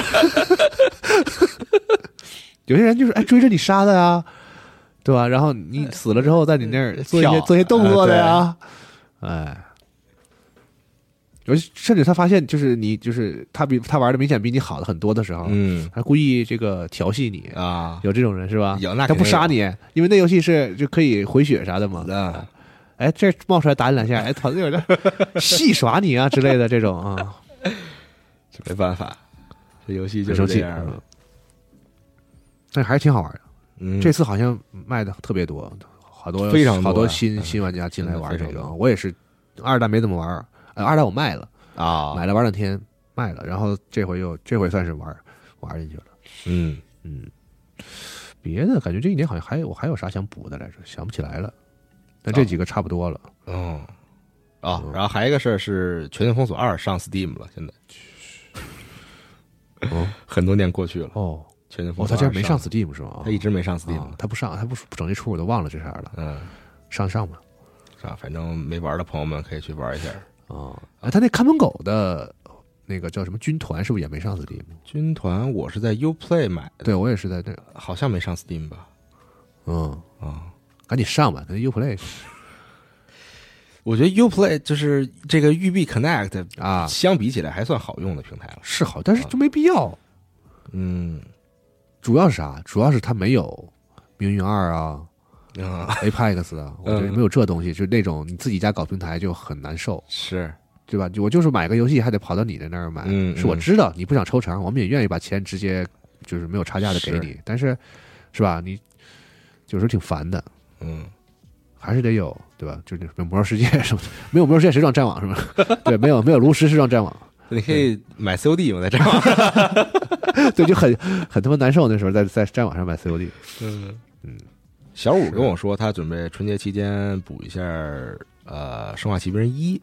Speaker 6: 有些人就是哎追着你杀的呀，对吧？然后你死了之后，在你那儿做一些
Speaker 5: 呃跳啊
Speaker 6: 做一些动作的呀，哎。尤其甚至他发现，就是你，就是他比他玩的明显比你好的很多的时候，
Speaker 5: 嗯
Speaker 6: 他故意这个调戏你，
Speaker 5: 啊
Speaker 6: 有这种人是吧？
Speaker 5: 有那
Speaker 6: 他
Speaker 5: 肯定
Speaker 6: 不杀你，因为那游戏是就可以回血啥的嘛。
Speaker 5: 啊，
Speaker 6: 哎，这冒出来打你两 下，哎，团队有点 戏耍你啊之类的这种 啊，
Speaker 5: 这没办法，这游戏就
Speaker 6: 很
Speaker 5: 是
Speaker 6: 生
Speaker 5: 这
Speaker 6: 气。
Speaker 5: 样
Speaker 6: 嗯
Speaker 5: 了。
Speaker 6: 但还是挺好玩的，
Speaker 5: 嗯，
Speaker 6: 这次好像卖的特别多，好多
Speaker 5: 非常多
Speaker 6: 好多
Speaker 5: 呀
Speaker 6: 新
Speaker 5: 嗯
Speaker 6: 新玩家进来玩这
Speaker 5: 真的非常
Speaker 6: 个
Speaker 5: 多。
Speaker 6: 我也是二代没怎么玩，呃二代我卖了，
Speaker 5: 啊，
Speaker 6: 买了玩两天卖了，然后这回又这回算是玩玩进去了。
Speaker 5: 嗯，
Speaker 6: 别的感觉这一年好像还有我还有啥想补的来着，想不起来了。但
Speaker 5: 啊
Speaker 6: 这几个差不多了。
Speaker 5: 哦。啊，然后还有一个事儿是《全境封锁二》上 Steam 了，现在，
Speaker 6: 哦
Speaker 5: 很多年过去了，《
Speaker 6: 哦，
Speaker 5: 全境封
Speaker 6: 哦，
Speaker 5: 锁
Speaker 6: 他
Speaker 5: 二》
Speaker 6: 竟然没上
Speaker 5: 上，哦
Speaker 6: Steam 是吗？
Speaker 5: 他一直没上
Speaker 6: 啊
Speaker 5: Steam，，
Speaker 6: 他不上，他不不整这出，我都忘了这啥了。
Speaker 5: 嗯，
Speaker 6: 上上吧，
Speaker 5: 是吧？反正没玩的朋友们可以去玩一下。
Speaker 6: 啊，哎，他那看门狗的那个叫什么军团，是不是也没上 Steam？
Speaker 5: 军团我是在 UPlay 买的，
Speaker 6: 对我也是在那个，
Speaker 5: 好像没上 Steam 吧？
Speaker 6: 嗯，
Speaker 5: 啊、
Speaker 6: 赶紧上吧，那 UPlay
Speaker 5: 我觉得 UPlay 就是这个育碧 Connect
Speaker 6: 啊
Speaker 5: 相比起来还算好用的平台了。
Speaker 6: 是好，但是就没必要。
Speaker 5: 嗯，
Speaker 6: 主要是啥？主要是它没有《命运二》啊、
Speaker 5: 啊，
Speaker 6: Apex 啊，我觉得
Speaker 5: 嗯
Speaker 6: 没有这东西，就那种你自己家搞平台就很难受，
Speaker 5: 是
Speaker 6: 对吧？就我就是买个游戏还得跑到你的那儿买，
Speaker 5: 嗯
Speaker 6: 是我
Speaker 5: 嗯
Speaker 6: 知道你不想抽成，我们也愿意把钱直接就是没有差价的给
Speaker 5: 是
Speaker 6: 你，但是是吧？你有时候挺烦的，
Speaker 5: 嗯，
Speaker 6: 还是得有，对吧？就是那什么魔兽世界什么的，没有魔兽世界谁撞战网是吧？ 对，没有没有炉石谁撞战网，
Speaker 5: 你可以买 COD 嘛，在这儿。
Speaker 6: 对，就很很他妈难受。那时候在在战网上买 COD，
Speaker 5: 嗯，小五跟我说，他准备春节期间补一下呃《生化奇兵一》。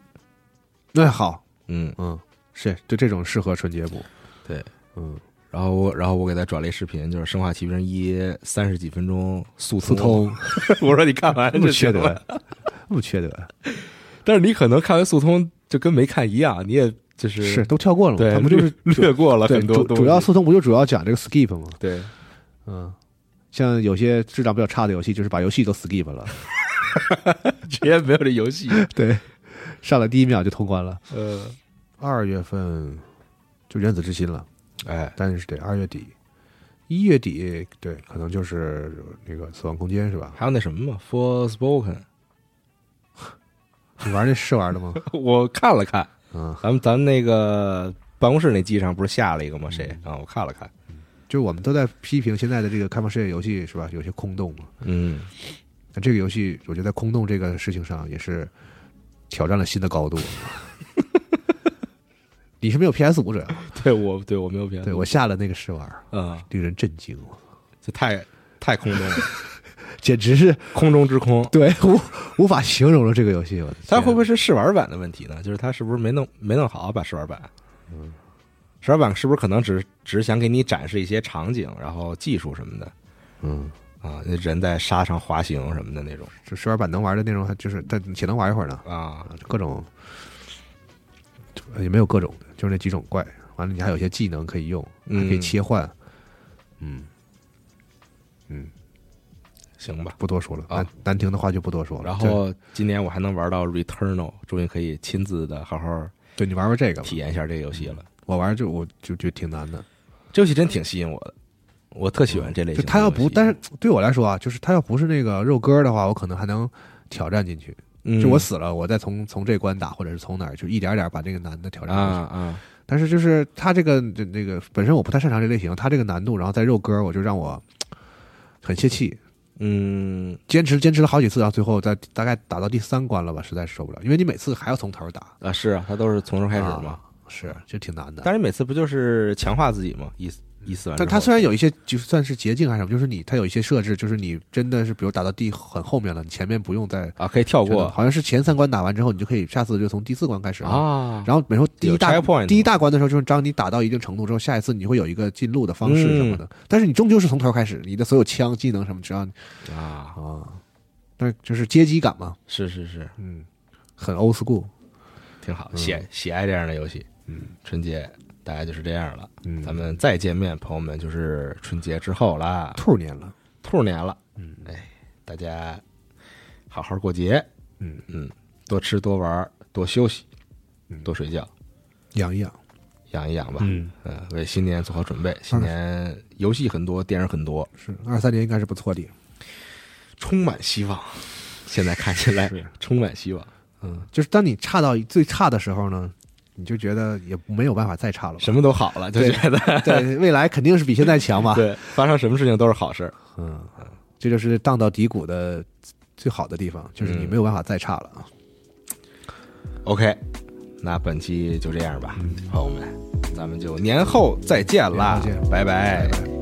Speaker 6: 那好，
Speaker 5: 嗯，
Speaker 6: 嗯，是就这种适合春节补，
Speaker 5: 对，
Speaker 6: 嗯，
Speaker 5: 然后我然后我给他转了一视频，就是《生化奇兵一》三十几分钟速
Speaker 6: 速
Speaker 5: 通。
Speaker 6: 通
Speaker 5: 我说你看 完
Speaker 6: 那么
Speaker 5: 就
Speaker 6: 缺
Speaker 5: 行
Speaker 6: 德
Speaker 5: 了，，
Speaker 6: 那么缺德，
Speaker 5: 但是你可能看完速通就跟没看一样，你也就是
Speaker 6: 是都跳过了嘛？
Speaker 5: 对，
Speaker 6: 他不就是啊
Speaker 5: 略略过了
Speaker 6: 对
Speaker 5: 很多
Speaker 6: 主
Speaker 5: 东西
Speaker 6: 主要速通不就主要讲这个 skip 吗？
Speaker 5: 对
Speaker 6: 嗯，像有些质量比较差的游戏，就是把游戏都 skip 了，
Speaker 5: 直接没有这游戏。
Speaker 6: 对，上来第一秒就通关了。
Speaker 5: 呃，
Speaker 6: 二月份就原子之心了。
Speaker 5: 哎，
Speaker 6: 但是得二月底，一月底对，可能就是那个《死亡空间》是吧？
Speaker 5: 还有那什么嘛，《Forspoken
Speaker 6: 你玩那试玩的吗？》，
Speaker 5: 我看了看，
Speaker 6: 啊，
Speaker 5: 嗯咱们咱们那个办公室那机上不是下了一个吗？谁啊？我看了看，
Speaker 6: 就是我们都在批评现在的这个开放世界游戏是吧？有些空洞嘛。
Speaker 5: 嗯，
Speaker 6: 但这个游戏，我觉得在空洞这个事情上也是挑战了新的高度。 你是没有 PS 五者啊，
Speaker 5: 对我对我没有别的，
Speaker 6: 对我下了那个试玩，
Speaker 5: 嗯，
Speaker 6: 令人震惊，
Speaker 5: 这太太空中了，
Speaker 6: 简直是
Speaker 5: 空中之空。
Speaker 6: 对无无法形容了这个游戏。我的
Speaker 5: 它
Speaker 6: 天
Speaker 5: 会不会是试玩版的问题呢？就是它是不是没弄没弄好把试玩版？
Speaker 6: 嗯
Speaker 5: 试玩版是不是可能只只是想给你展示一些场景，然后技术什么的
Speaker 6: 嗯，
Speaker 5: 啊？那人在沙上滑行什么的那种
Speaker 6: 这试玩版能玩的内容，它就是它且能玩一会儿呢。
Speaker 5: 啊？
Speaker 6: 啊，各种呃也没有各种的，就是那几种怪。完了，你还有一些技能可以用，还可以
Speaker 5: 嗯
Speaker 6: 切换。嗯嗯，
Speaker 5: 行吧。
Speaker 6: 不多说了，
Speaker 5: 啊
Speaker 6: 难难听的话就不多说了。
Speaker 5: 然
Speaker 6: 对
Speaker 5: 后今年我还能玩到 Returnal，终于可以亲自的好好
Speaker 6: 对你玩玩这个吧，
Speaker 5: 体验一下这个游戏了。
Speaker 6: 我玩就我就觉得挺难的。
Speaker 5: 这游戏真挺吸引我的，我特喜欢这类
Speaker 6: 就
Speaker 5: 型。
Speaker 6: 他要不，但是对我来说啊，就是他要不是那个肉鸽的话，我可能还能挑战进去。
Speaker 5: 是
Speaker 6: 就我死了，我再从从这关打，或者是从哪儿，就一点点把这个难的挑
Speaker 5: 啊
Speaker 6: 战过去。
Speaker 5: 啊，
Speaker 6: 但是就是他这个这那个本身我不太擅长这类型，他这个难度，然后再肉鸽，我就让我很泄气。
Speaker 5: 嗯
Speaker 6: 坚持坚持了好几次，然后最后在大概打到第三关了吧，实在是受不了，因为你每次还要从头打，
Speaker 5: 啊是啊，它都是从头开始嘛。
Speaker 6: 啊是就挺难的。
Speaker 5: 但是每次不就是强化自己嘛？一一四完之后，
Speaker 6: 但它虽然有一些就算是捷径还是什么，就是你它有一些设置，就是你真的是比如打到第很后面了，你前面不用再
Speaker 5: 啊可以跳过
Speaker 6: 好像是前三关打完之后，你就可以下次就从第四关开始了。
Speaker 5: 啊，
Speaker 6: 然后比如说第一大
Speaker 5: 有 checkpoint
Speaker 6: 第一大关嗯的时候，就是当你打到一定程度之后，下一次你会有一个进路的方式什么的，但是你终究是从头开始，你的所有枪技能什么，只要你
Speaker 5: 啊
Speaker 6: 啊，那就是阶级感嘛，
Speaker 5: 是是是，
Speaker 6: 嗯，很 old school，
Speaker 5: 挺好，
Speaker 6: 嗯
Speaker 5: 喜爱喜爱这样的游戏。嗯，春节大概就是这样了，
Speaker 6: 嗯，
Speaker 5: 咱们再见面，朋友们就是春节之后啦，
Speaker 6: 兔年了，
Speaker 5: 兔年了，嗯，哎，大家好好过节，
Speaker 6: 嗯
Speaker 5: 嗯，多吃多玩儿多休息，多睡觉，
Speaker 6: 养一养，
Speaker 5: 养一养吧，
Speaker 6: 嗯，
Speaker 5: 呃，为新年做好准备。新年游戏很多，电影很多，
Speaker 6: 是二三年应该是不错的，
Speaker 5: 充满希望。现在看起来充满希望，
Speaker 6: 嗯，就是当你差到最差的时候呢，你就觉得也没有办法再差了吧，
Speaker 5: 什么都好了，就
Speaker 6: 对
Speaker 5: 觉得
Speaker 6: 对，未来肯定是比现在强嘛，
Speaker 5: 对，发生什么事情都是好事儿。
Speaker 6: 嗯，这就是荡到低谷的最好的地方，就是你
Speaker 5: 嗯
Speaker 6: 没有办法再差了啊。
Speaker 5: OK，那本期就这样吧，朋友们，咱们就年后再见啦
Speaker 6: 嗯年后，见
Speaker 5: 拜拜
Speaker 6: 拜拜